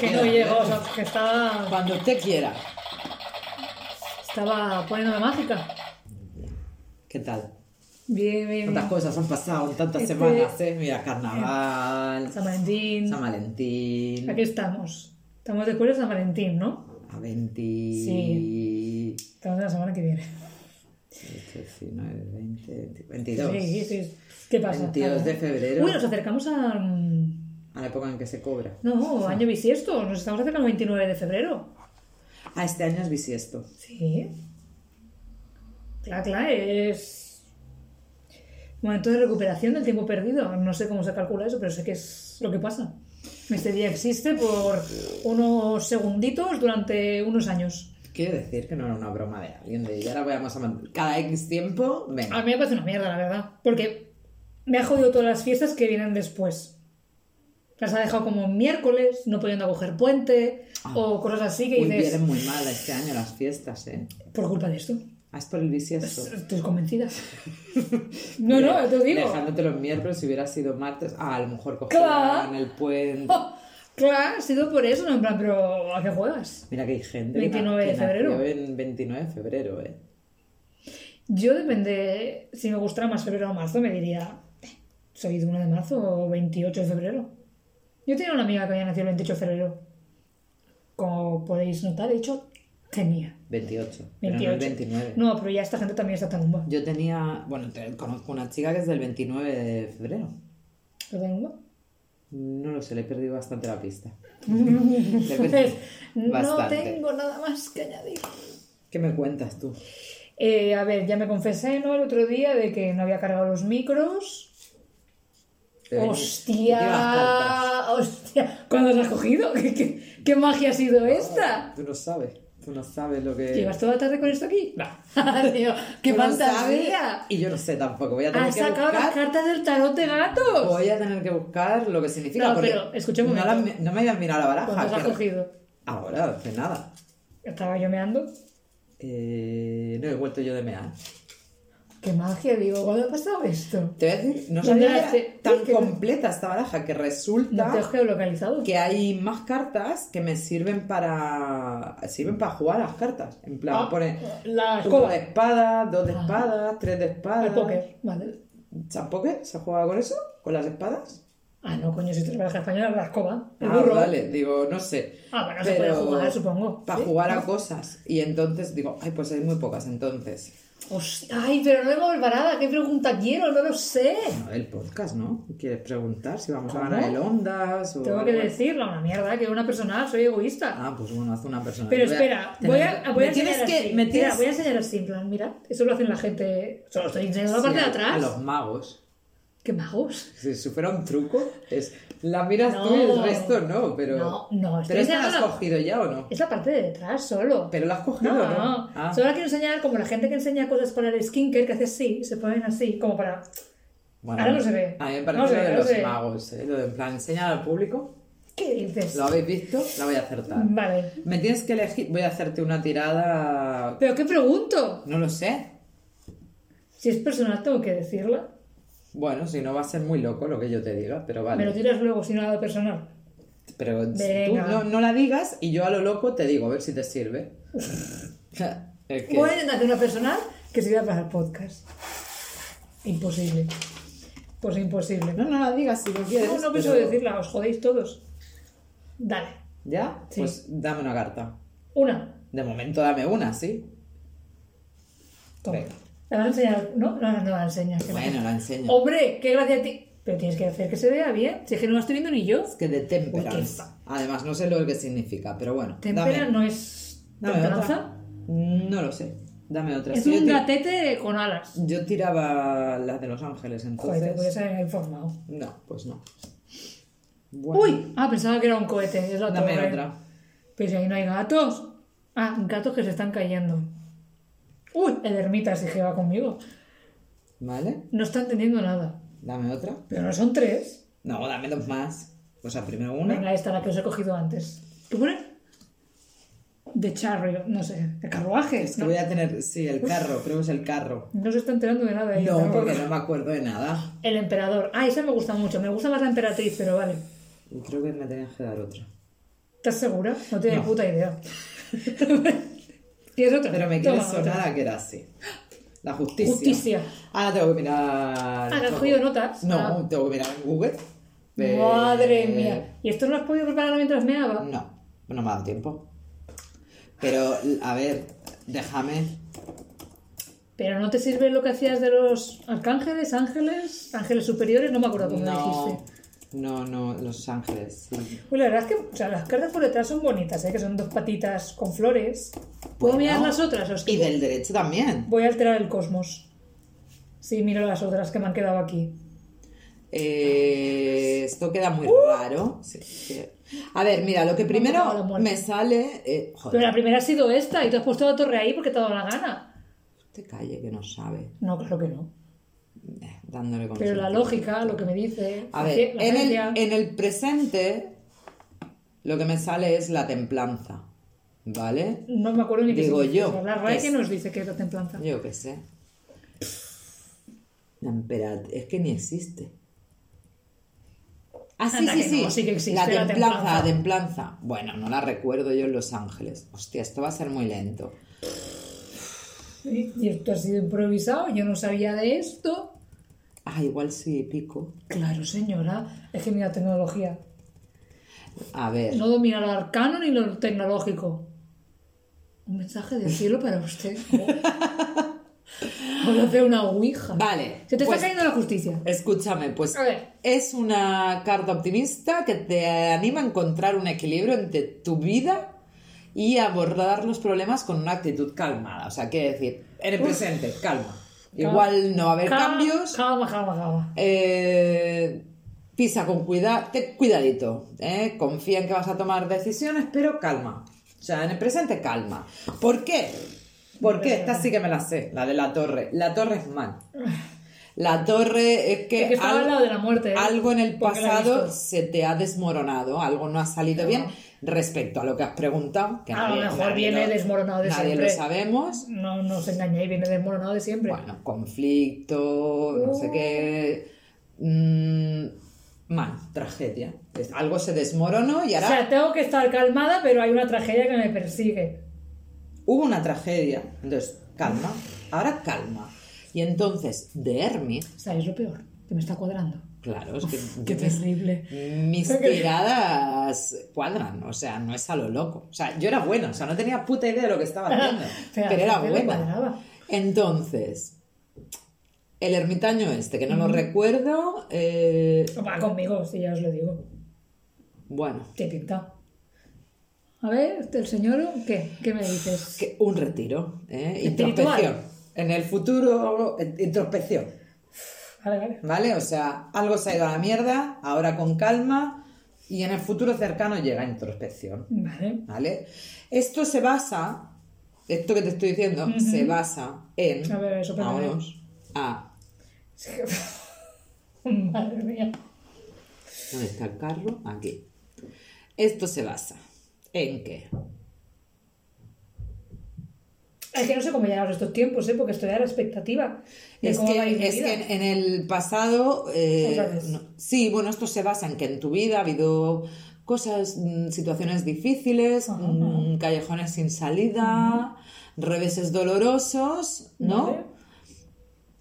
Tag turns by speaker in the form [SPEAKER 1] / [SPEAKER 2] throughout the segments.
[SPEAKER 1] que no llegó, o sea, que estaba,
[SPEAKER 2] Cuando usted quiera.
[SPEAKER 1] estaba poniéndome mágica.
[SPEAKER 2] ¿Qué tal?
[SPEAKER 1] Bien, bien,
[SPEAKER 2] Tantas
[SPEAKER 1] bien.
[SPEAKER 2] cosas han pasado en tantas
[SPEAKER 1] Este-
[SPEAKER 2] semanas, ¿eh? Mira, carnaval,
[SPEAKER 1] San Valentín.
[SPEAKER 2] San Valentín,
[SPEAKER 1] Aquí estamos. Estamos de cuello San Valentín, ¿no?
[SPEAKER 2] Aventi.
[SPEAKER 1] Estamos la semana que viene.
[SPEAKER 2] Este, 19, 20, 20, 22.
[SPEAKER 1] Sí, sí. ¿Qué pasa?
[SPEAKER 2] 22 de febrero.
[SPEAKER 1] Uy, nos acercamos a...
[SPEAKER 2] A la época en que se cobra.
[SPEAKER 1] No, año bisiesto. Nos estamos acercando al 29 de febrero.
[SPEAKER 2] Ah, este año es bisiesto.
[SPEAKER 1] Sí. Claro, claro, es... Momento de recuperación del tiempo perdido. No sé cómo se calcula eso, pero sé que es lo que pasa. Este día existe por unos segunditos durante unos años.
[SPEAKER 2] Quiero decir que no era una broma de alguien, de y ahora vamos a mandar. Cada X tiempo, venga.
[SPEAKER 1] A mí me parece una mierda, la verdad. Porque me ha jodido todas las fiestas que vienen después. Las ha dejado como miércoles, no pudiendo coger puente, o cosas así que
[SPEAKER 2] Uy,
[SPEAKER 1] dices,
[SPEAKER 2] vienen muy mal este año las fiestas, ¿eh?
[SPEAKER 1] por culpa de esto.
[SPEAKER 2] Ah, es por el bisiesto.
[SPEAKER 1] Estoy convencida. No, no, te lo digo.
[SPEAKER 2] Dejándote los miércoles, si hubiera sido martes, ah, a lo mejor
[SPEAKER 1] Claro.
[SPEAKER 2] cogían el puente.
[SPEAKER 1] Oh, claro, ha sido por eso, no en plan, pero ¿a qué juegas?
[SPEAKER 2] Mira que hay gente que
[SPEAKER 1] 29 de
[SPEAKER 2] na- que
[SPEAKER 1] febrero.
[SPEAKER 2] nació en 29 de febrero, ¿eh?
[SPEAKER 1] Yo depende, si me gustara más febrero o marzo, me diría, "Eh, soy de 1 de marzo o 28 de febrero. Yo tenía una amiga que había nacido el 28 de febrero. Como podéis notar, de hecho, tenía.
[SPEAKER 2] 28. Pero no
[SPEAKER 1] 28.
[SPEAKER 2] el 29.
[SPEAKER 1] No, pero ya esta gente también está tarumba.
[SPEAKER 2] Yo tenía, bueno, te- conozco una chica que es del 29 de febrero.
[SPEAKER 1] ¿Está tarumba?
[SPEAKER 2] No lo sé, le he perdido bastante la pista. Le he
[SPEAKER 1] Entonces,
[SPEAKER 2] perdido
[SPEAKER 1] Pues, no
[SPEAKER 2] bastante.
[SPEAKER 1] tengo nada más que añadir.
[SPEAKER 2] ¿Qué me cuentas tú?
[SPEAKER 1] Eh, a ver, ya me confesé, ¿no? El otro día de que no había cargado los micros.
[SPEAKER 2] Te ven- te llevas cartas.
[SPEAKER 1] ¡Hostia! ¡Hostia! ¿Cuándo las has cogido? ¿Qué, qué, qué magia ha
[SPEAKER 2] Ah,
[SPEAKER 1] sido esta?
[SPEAKER 2] Tú no sabes, tú no sabes lo que...
[SPEAKER 1] ¿Llevas toda la tarde con esto aquí? Tío, ¡Qué
[SPEAKER 2] Tú eh. no sabes
[SPEAKER 1] fantasía! Ah,
[SPEAKER 2] Y yo no sé tampoco, voy a tener
[SPEAKER 1] Has
[SPEAKER 2] que
[SPEAKER 1] sacado las
[SPEAKER 2] buscar...
[SPEAKER 1] cartas del tarot de gatos.
[SPEAKER 2] Voy a tener que buscar lo que significa.
[SPEAKER 1] No,
[SPEAKER 2] porque
[SPEAKER 1] pero, escucha un
[SPEAKER 2] no,
[SPEAKER 1] momento.
[SPEAKER 2] la- no me habías mirado la baraja.
[SPEAKER 1] ¿Cuándo las has
[SPEAKER 2] que-
[SPEAKER 1] cogido?
[SPEAKER 2] Ahora, hace nada.
[SPEAKER 1] Estaba yo meando.
[SPEAKER 2] Eh, no he vuelto yo de mear.
[SPEAKER 1] ¡Qué magia! Digo, ¿cuándo ha pasado esto?
[SPEAKER 2] Te voy a decir, no
[SPEAKER 1] ¿Dónde
[SPEAKER 2] sabía que
[SPEAKER 1] las
[SPEAKER 2] era
[SPEAKER 1] te-
[SPEAKER 2] tan
[SPEAKER 1] es que-
[SPEAKER 2] completa esta baraja que resulta
[SPEAKER 1] ¿No te has geolocalizado?
[SPEAKER 2] que hay más cartas que me sirven para sirven para jugar a las cartas. En plan,
[SPEAKER 1] Ah,
[SPEAKER 2] pone
[SPEAKER 1] la
[SPEAKER 2] uno
[SPEAKER 1] escoba.
[SPEAKER 2] de espadas, dos de espadas, tres de espadas.
[SPEAKER 1] Al póker, vale.
[SPEAKER 2] ¿Tampoco se juega con eso? ¿Con las espadas?
[SPEAKER 1] Ah, no, coño, si te trabajas española, la escoba. El
[SPEAKER 2] Ah,
[SPEAKER 1] burro.
[SPEAKER 2] vale, digo, no sé.
[SPEAKER 1] Ah, bueno, se puede jugar, supongo.
[SPEAKER 2] Para
[SPEAKER 1] Sí.
[SPEAKER 2] jugar a cosas. Y entonces digo, ay, pues hay muy pocas entonces.
[SPEAKER 1] Hostia, ay, pero no hemos preparado. ¿Qué pregunta quiero? No lo sé.
[SPEAKER 2] No, El podcast, ¿no? ¿Quieres preguntar si vamos
[SPEAKER 1] ¿Cómo?
[SPEAKER 2] a ganar el Ondas o
[SPEAKER 1] Tengo
[SPEAKER 2] algo
[SPEAKER 1] que
[SPEAKER 2] así?
[SPEAKER 1] decirlo, una mierda, que una persona, soy egoísta.
[SPEAKER 2] Ah, pues bueno, hace una persona.
[SPEAKER 1] pero
[SPEAKER 2] Voy a-
[SPEAKER 1] espera,
[SPEAKER 2] Te
[SPEAKER 1] voy
[SPEAKER 2] me-
[SPEAKER 1] a, voy a
[SPEAKER 2] me tienes
[SPEAKER 1] enseñar
[SPEAKER 2] que,
[SPEAKER 1] así.
[SPEAKER 2] me
[SPEAKER 1] Mira,
[SPEAKER 2] tienes
[SPEAKER 1] voy a enseñar así, en plan, mira, eso lo hacen la gente... Solo estoy enseñando la
[SPEAKER 2] Sí,
[SPEAKER 1] parte de
[SPEAKER 2] a- A
[SPEAKER 1] atrás.
[SPEAKER 2] los magos.
[SPEAKER 1] ¡Qué magos!
[SPEAKER 2] Si, si fuera un truco, es la miras
[SPEAKER 1] No.
[SPEAKER 2] tú y el resto no, pero.
[SPEAKER 1] No, no, estoy
[SPEAKER 2] ¿Pero esta la has
[SPEAKER 1] enseñando la-
[SPEAKER 2] cogido ya o no?
[SPEAKER 1] Es la parte de detrás solo.
[SPEAKER 2] Pero la has cogido,
[SPEAKER 1] No,
[SPEAKER 2] ¿no?
[SPEAKER 1] no.
[SPEAKER 2] Ah,
[SPEAKER 1] Solo la quiero enseñar como la gente que enseña cosas para el skincare, que hace así, se ponen así, como para...
[SPEAKER 2] bueno,
[SPEAKER 1] ahora no se ve.
[SPEAKER 2] A mí me
[SPEAKER 1] No
[SPEAKER 2] parece
[SPEAKER 1] se
[SPEAKER 2] lo
[SPEAKER 1] ve,
[SPEAKER 2] de
[SPEAKER 1] no
[SPEAKER 2] los
[SPEAKER 1] se ve.
[SPEAKER 2] magos, ¿eh? Lo de en plan, enseñar al público.
[SPEAKER 1] ¿Qué dices?
[SPEAKER 2] ¿Lo habéis visto? La voy a acertar.
[SPEAKER 1] Vale.
[SPEAKER 2] Me tienes que elegir. Voy a hacerte una tirada.
[SPEAKER 1] ¿Pero qué pregunto?
[SPEAKER 2] No lo sé.
[SPEAKER 1] Si es personal, tengo que decirla.
[SPEAKER 2] Bueno, si no va a ser muy loco lo que yo te diga, pero vale.
[SPEAKER 1] Me lo tiras luego si no nada personal.
[SPEAKER 2] Pero si tú
[SPEAKER 1] Venga.
[SPEAKER 2] no, no la digas y yo a lo loco te digo, a ver si te sirve. Es que-
[SPEAKER 1] Voy a intentar hacer una personal que sirva para el podcast. Imposible. Pues imposible.
[SPEAKER 2] No, no la digas si no quieres.
[SPEAKER 1] No, no pienso
[SPEAKER 2] pero-
[SPEAKER 1] decirla, os jodéis todos. Dale.
[SPEAKER 2] ¿Ya?
[SPEAKER 1] Sí.
[SPEAKER 2] Pues dame una carta.
[SPEAKER 1] Una.
[SPEAKER 2] De momento dame una, ¿sí?
[SPEAKER 1] Toma.
[SPEAKER 2] Venga.
[SPEAKER 1] ¿La vas a enseñar? No, no, no la enseñas. que
[SPEAKER 2] Bueno, la enseño.
[SPEAKER 1] Hombre, qué gracia a ti. Pero tienes que hacer que se vea bien. Si es que no la estoy viendo ni yo.
[SPEAKER 2] Es que de
[SPEAKER 1] Uy, qué
[SPEAKER 2] temperance.
[SPEAKER 1] fa-
[SPEAKER 2] Además, no sé lo que significa, pero bueno.
[SPEAKER 1] Tempera
[SPEAKER 2] dame,
[SPEAKER 1] no es
[SPEAKER 2] dame
[SPEAKER 1] templanza.
[SPEAKER 2] otra. No lo sé. Dame otra.
[SPEAKER 1] Es
[SPEAKER 2] Sí, yo
[SPEAKER 1] un
[SPEAKER 2] ti-
[SPEAKER 1] gatete con alas.
[SPEAKER 2] Yo tiraba las de Los Ángeles,
[SPEAKER 1] Joder, te
[SPEAKER 2] entonces.
[SPEAKER 1] podías haber informado.
[SPEAKER 2] No, pues no. Bueno,
[SPEAKER 1] Uy, ah, pensaba que era un cohete. Es la
[SPEAKER 2] Dame
[SPEAKER 1] torre.
[SPEAKER 2] otra.
[SPEAKER 1] Pero si ahí no hay gatos. Ah, gatos que se están cayendo. Uy, el ermita sí que va conmigo.
[SPEAKER 2] ¿Vale?
[SPEAKER 1] No está entendiendo nada.
[SPEAKER 2] Dame otra.
[SPEAKER 1] Pero no son tres.
[SPEAKER 2] No, dame dos más. O sea, primero una.
[SPEAKER 1] Venga, esta la que os he cogido antes. ¿Qué pone? De charrio, no sé, de carruaje.
[SPEAKER 2] Es que
[SPEAKER 1] no,
[SPEAKER 2] voy a tener, sí, el carro, creo que es el carro.
[SPEAKER 1] no se está enterando de nada. ahí,
[SPEAKER 2] No,
[SPEAKER 1] pero-
[SPEAKER 2] porque no me acuerdo de nada.
[SPEAKER 1] El emperador. Ah, esa me gusta mucho. Me gusta más la emperatriz, pero vale.
[SPEAKER 2] Y creo que me tenías que dar otra.
[SPEAKER 1] ¿Estás segura? No tengo ni
[SPEAKER 2] No.
[SPEAKER 1] puta idea. ¿Tienes otra?
[SPEAKER 2] Pero me quiere
[SPEAKER 1] quieres
[SPEAKER 2] sonar a que era así. La justicia.
[SPEAKER 1] Justicia.
[SPEAKER 2] Ahora tengo que mirar.
[SPEAKER 1] Ah, ¿no has
[SPEAKER 2] no,
[SPEAKER 1] cogido notas?
[SPEAKER 2] No,
[SPEAKER 1] Ah.
[SPEAKER 2] tengo que mirar en Google. Eh,
[SPEAKER 1] Madre mía. ¿Y esto no lo has podido preparar mientras meaba?
[SPEAKER 2] No, no me ha dado tiempo. Pero, a ver, déjame.
[SPEAKER 1] ¿Pero no te sirve lo que hacías de los arcángeles, ángeles, ángeles superiores? No me acuerdo cómo lo
[SPEAKER 2] No,
[SPEAKER 1] dijiste.
[SPEAKER 2] no, no, Los Ángeles. sí.
[SPEAKER 1] Pues la verdad es que o sea, las cartas por detrás son bonitas, ¿eh? que son dos patitas con flores. ¿Puedo
[SPEAKER 2] Bueno.
[SPEAKER 1] mirar las otras? o es que
[SPEAKER 2] Y del derecho también.
[SPEAKER 1] Voy a alterar el cosmos. Sí, miro las otras que me han quedado aquí.
[SPEAKER 2] Eh, esto queda
[SPEAKER 1] Uh.
[SPEAKER 2] muy raro. Sí, sí. A ver, mira, lo que
[SPEAKER 1] tocado la
[SPEAKER 2] primero
[SPEAKER 1] muerte.
[SPEAKER 2] me sale. eh, joder,
[SPEAKER 1] Pero la primera ha sido esta y tú has puesto la torre ahí porque te ha dado la gana.
[SPEAKER 2] te este calle que no sabe.
[SPEAKER 1] No, claro que no.
[SPEAKER 2] Eh, dándole con
[SPEAKER 1] Pero la
[SPEAKER 2] suerte.
[SPEAKER 1] lógica, lo que me dice.
[SPEAKER 2] A
[SPEAKER 1] la
[SPEAKER 2] ver,
[SPEAKER 1] ci- la
[SPEAKER 2] en
[SPEAKER 1] ciencia.
[SPEAKER 2] el, en el presente lo que me sale es la templanza. ¿Vale?
[SPEAKER 1] No me acuerdo ni qué
[SPEAKER 2] Digo
[SPEAKER 1] significa.
[SPEAKER 2] yo,
[SPEAKER 1] La RAE
[SPEAKER 2] es-
[SPEAKER 1] que nos dice que es la templanza.
[SPEAKER 2] Yo qué sé. La empera- es que ni existe. Ah, sí,
[SPEAKER 1] Anda
[SPEAKER 2] sí,
[SPEAKER 1] que
[SPEAKER 2] sí.
[SPEAKER 1] no, sí que existe
[SPEAKER 2] la
[SPEAKER 1] la
[SPEAKER 2] templanza,
[SPEAKER 1] templanza.
[SPEAKER 2] la templanza. Bueno, no la recuerdo yo en Los Ángeles. Hostia, esto va a ser muy lento.
[SPEAKER 1] Y y esto ha sido improvisado, yo no sabía de esto.
[SPEAKER 2] Ah, igual sí, pico.
[SPEAKER 1] Claro, señora, es que mira tecnología.
[SPEAKER 2] A ver.
[SPEAKER 1] No domina lo arcano ni lo tecnológico. Un mensaje del cielo para usted. Vamos a hacer una ouija.
[SPEAKER 2] Vale.
[SPEAKER 1] Se te
[SPEAKER 2] pues,
[SPEAKER 1] está cayendo la justicia.
[SPEAKER 2] Escúchame, pues
[SPEAKER 1] A ver.
[SPEAKER 2] es una carta optimista que te anima a encontrar un equilibrio entre tu vida y abordar los problemas con una actitud calmada. O sea, quiere decir, en el presente, calma. Igual no va a haber
[SPEAKER 1] Calma,
[SPEAKER 2] cambios.
[SPEAKER 1] Calma, calma, calma.
[SPEAKER 2] Eh, pisa con cuidado, cuidadito. ¿eh? Confía en que vas a tomar decisiones, pero calma. O sea, en el presente, calma. ¿Por qué? Porque esta sí que me la sé, la de la torre. La torre es mal. La torre es que,
[SPEAKER 1] Es que estaba
[SPEAKER 2] al-
[SPEAKER 1] al lado de la muerte, ¿eh?
[SPEAKER 2] algo en el
[SPEAKER 1] Porque la he
[SPEAKER 2] pasado
[SPEAKER 1] visto.
[SPEAKER 2] se te ha desmoronado, algo no ha salido bien respecto a lo que has preguntado. Que
[SPEAKER 1] A lo
[SPEAKER 2] nadie-
[SPEAKER 1] mejor
[SPEAKER 2] nadie
[SPEAKER 1] viene desmoronado de
[SPEAKER 2] Nadie
[SPEAKER 1] siempre.
[SPEAKER 2] lo sabemos.
[SPEAKER 1] No, no os engañéis, viene desmoronado de siempre.
[SPEAKER 2] Bueno, conflicto, no sé qué. mm, mal, tragedia. Es- Algo se desmoronó y
[SPEAKER 1] o
[SPEAKER 2] ahora
[SPEAKER 1] sea, tengo que estar calmada, pero hay una tragedia que me persigue.
[SPEAKER 2] hubo una tragedia. Entonces, calma, ahora calma. Y entonces, de Hermes,
[SPEAKER 1] O sea, es lo peor, que me está cuadrando.
[SPEAKER 2] claro, es que
[SPEAKER 1] Qué
[SPEAKER 2] mis-
[SPEAKER 1] terrible.
[SPEAKER 2] mis tiradas cuadran, o sea, no es a lo loco. O sea, yo era buena, o sea, no tenía puta idea de lo que estaba haciendo,
[SPEAKER 1] Pero
[SPEAKER 2] pero era
[SPEAKER 1] me
[SPEAKER 2] buena.
[SPEAKER 1] cuadraba.
[SPEAKER 2] Entonces, el ermitaño este, que no lo recuerdo, eh,
[SPEAKER 1] Va conmigo, si ya os lo digo.
[SPEAKER 2] bueno,
[SPEAKER 1] Te pinta. A ver, el señor, ¿qué? ¿Qué me dices?
[SPEAKER 2] que un retiro, ¿eh?
[SPEAKER 1] Espiritual.
[SPEAKER 2] introspección. En el futuro, eh, introspección,
[SPEAKER 1] Vale, vale.
[SPEAKER 2] ¿vale? O sea, algo se ha ido a la mierda, ahora con calma, y en el futuro cercano llega introspección.
[SPEAKER 1] Vale.
[SPEAKER 2] ¿Vale? Esto se basa, esto que te estoy diciendo, se basa en.
[SPEAKER 1] A ver, eso para
[SPEAKER 2] vámonos, a.
[SPEAKER 1] Sí que- Madre mía.
[SPEAKER 2] ¿Dónde está el carro? Aquí. Esto se basa en que.
[SPEAKER 1] Es que no sé cómo llegaros a estos tiempos, ¿eh? Porque estoy a la expectativa. de
[SPEAKER 2] Es
[SPEAKER 1] cómo va a ir mi
[SPEAKER 2] que, es
[SPEAKER 1] vida.
[SPEAKER 2] que en, en el pasado. eh,
[SPEAKER 1] Otra vez.
[SPEAKER 2] no- sí, bueno, esto se basa en que en tu vida ha habido cosas, mm, situaciones difíciles,
[SPEAKER 1] Ajá,
[SPEAKER 2] mm, callejones sin salida, reveses dolorosos, ¿no?
[SPEAKER 1] Vale.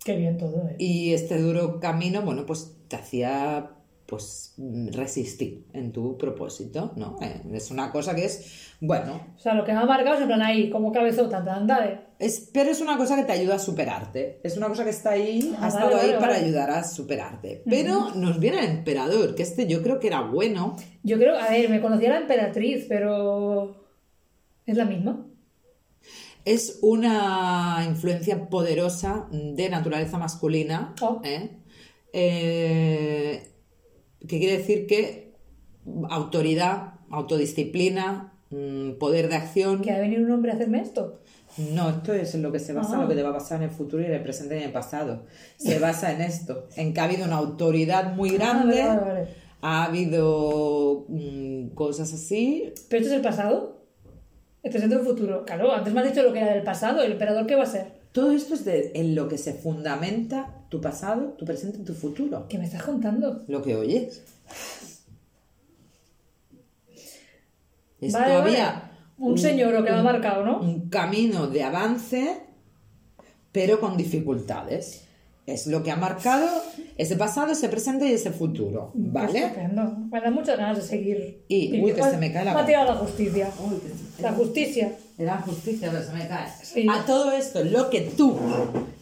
[SPEAKER 1] Qué bien todo, ¿eh?
[SPEAKER 2] Y este duro camino, bueno, pues te hacía pues mm, resistir en tu propósito, ¿no? Eh, Es una cosa que es, bueno,
[SPEAKER 1] O sea, lo que me ha marcado es en plan ahí, como cabezota, en plan, eh". dale.
[SPEAKER 2] es, pero es una cosa que te ayuda a superarte. Es una cosa que está ahí,
[SPEAKER 1] Ah,
[SPEAKER 2] ha
[SPEAKER 1] vale,
[SPEAKER 2] estado ahí
[SPEAKER 1] vale,
[SPEAKER 2] para
[SPEAKER 1] vale.
[SPEAKER 2] ayudar a superarte. Pero nos viene el emperador, que este yo creo que era bueno.
[SPEAKER 1] Yo creo, a ver, me conocía la emperatriz, pero. ¿Es la misma?
[SPEAKER 2] Es una influencia poderosa de naturaleza masculina.
[SPEAKER 1] Oh.
[SPEAKER 2] ¿eh? Eh, que quiere decir que autoridad, autodisciplina, mm, poder de acción.
[SPEAKER 1] ¿Que ha venido un hombre a hacerme esto?
[SPEAKER 2] No, esto es en lo que se basa,
[SPEAKER 1] Ah.
[SPEAKER 2] lo que te va a pasar en el futuro y en el presente y en el pasado. Se basa en esto, en que ha habido una autoridad muy grande,
[SPEAKER 1] Ah, vale, vale, vale.
[SPEAKER 2] ha habido mm, cosas así.
[SPEAKER 1] ¿Pero esto es el pasado? El presente o el futuro. Claro, antes me has dicho lo que era del pasado. ¿El emperador qué va a ser?
[SPEAKER 2] Todo esto es de- en lo que se fundamenta tu pasado, tu presente y tu futuro.
[SPEAKER 1] ¿Qué me estás contando?
[SPEAKER 2] Lo que oyes. Es
[SPEAKER 1] Vale,
[SPEAKER 2] todavía
[SPEAKER 1] vale. Un señor o queda marcado, ¿no?
[SPEAKER 2] un camino de avance, pero con dificultades. Es lo que ha marcado ese pasado, ese presente y ese futuro, ¿vale?
[SPEAKER 1] Estupendo. Me da muchas ganas de seguir.
[SPEAKER 2] Y- uy, que se me cae la
[SPEAKER 1] Me ha
[SPEAKER 2] boca.
[SPEAKER 1] tirado la justicia. La justicia.
[SPEAKER 2] Era justicia, pero se me cae.
[SPEAKER 1] Sí.
[SPEAKER 2] A todo esto, lo que tú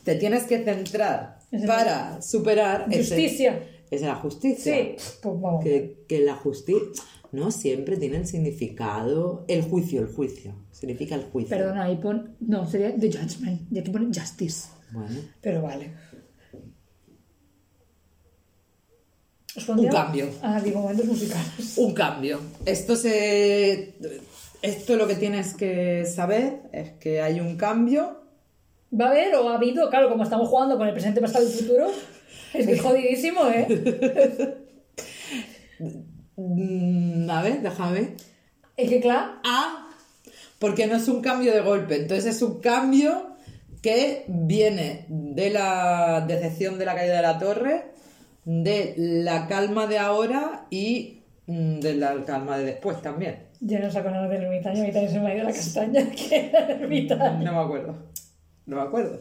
[SPEAKER 2] te tienes que centrar
[SPEAKER 1] Es el-
[SPEAKER 2] para superar ese-
[SPEAKER 1] Justicia.
[SPEAKER 2] es la justicia.
[SPEAKER 1] Sí. Pues vamos.
[SPEAKER 2] Que, que la justicia no siempre tiene el significado, el juicio, el juicio. Significa el juicio.
[SPEAKER 1] Perdona, ahí pon. No, sería The Judgment. Y aquí pone Justice.
[SPEAKER 2] Bueno,
[SPEAKER 1] Pero vale. Os
[SPEAKER 2] Un cambio.
[SPEAKER 1] Ah, digo, momentos musicales.
[SPEAKER 2] un cambio. Esto se. Esto lo que tienes que saber es que hay un cambio.
[SPEAKER 1] ¿Va a haber o ha habido? Claro, como estamos jugando con el presente, pasado y futuro, es que es jodidísimo, ¿eh?
[SPEAKER 2] Mm, A ver, déjame. ver.
[SPEAKER 1] Es que, claro,
[SPEAKER 2] A, porque no es un cambio de golpe, entonces es un cambio que viene de la decepción de la caída de la torre, de la calma de ahora y mm, de la calma de después también.
[SPEAKER 1] ya no saco nada del ermitaño, a mí también se me ha ido la castaña que era el ermitaño.
[SPEAKER 2] No me acuerdo. No me acuerdo.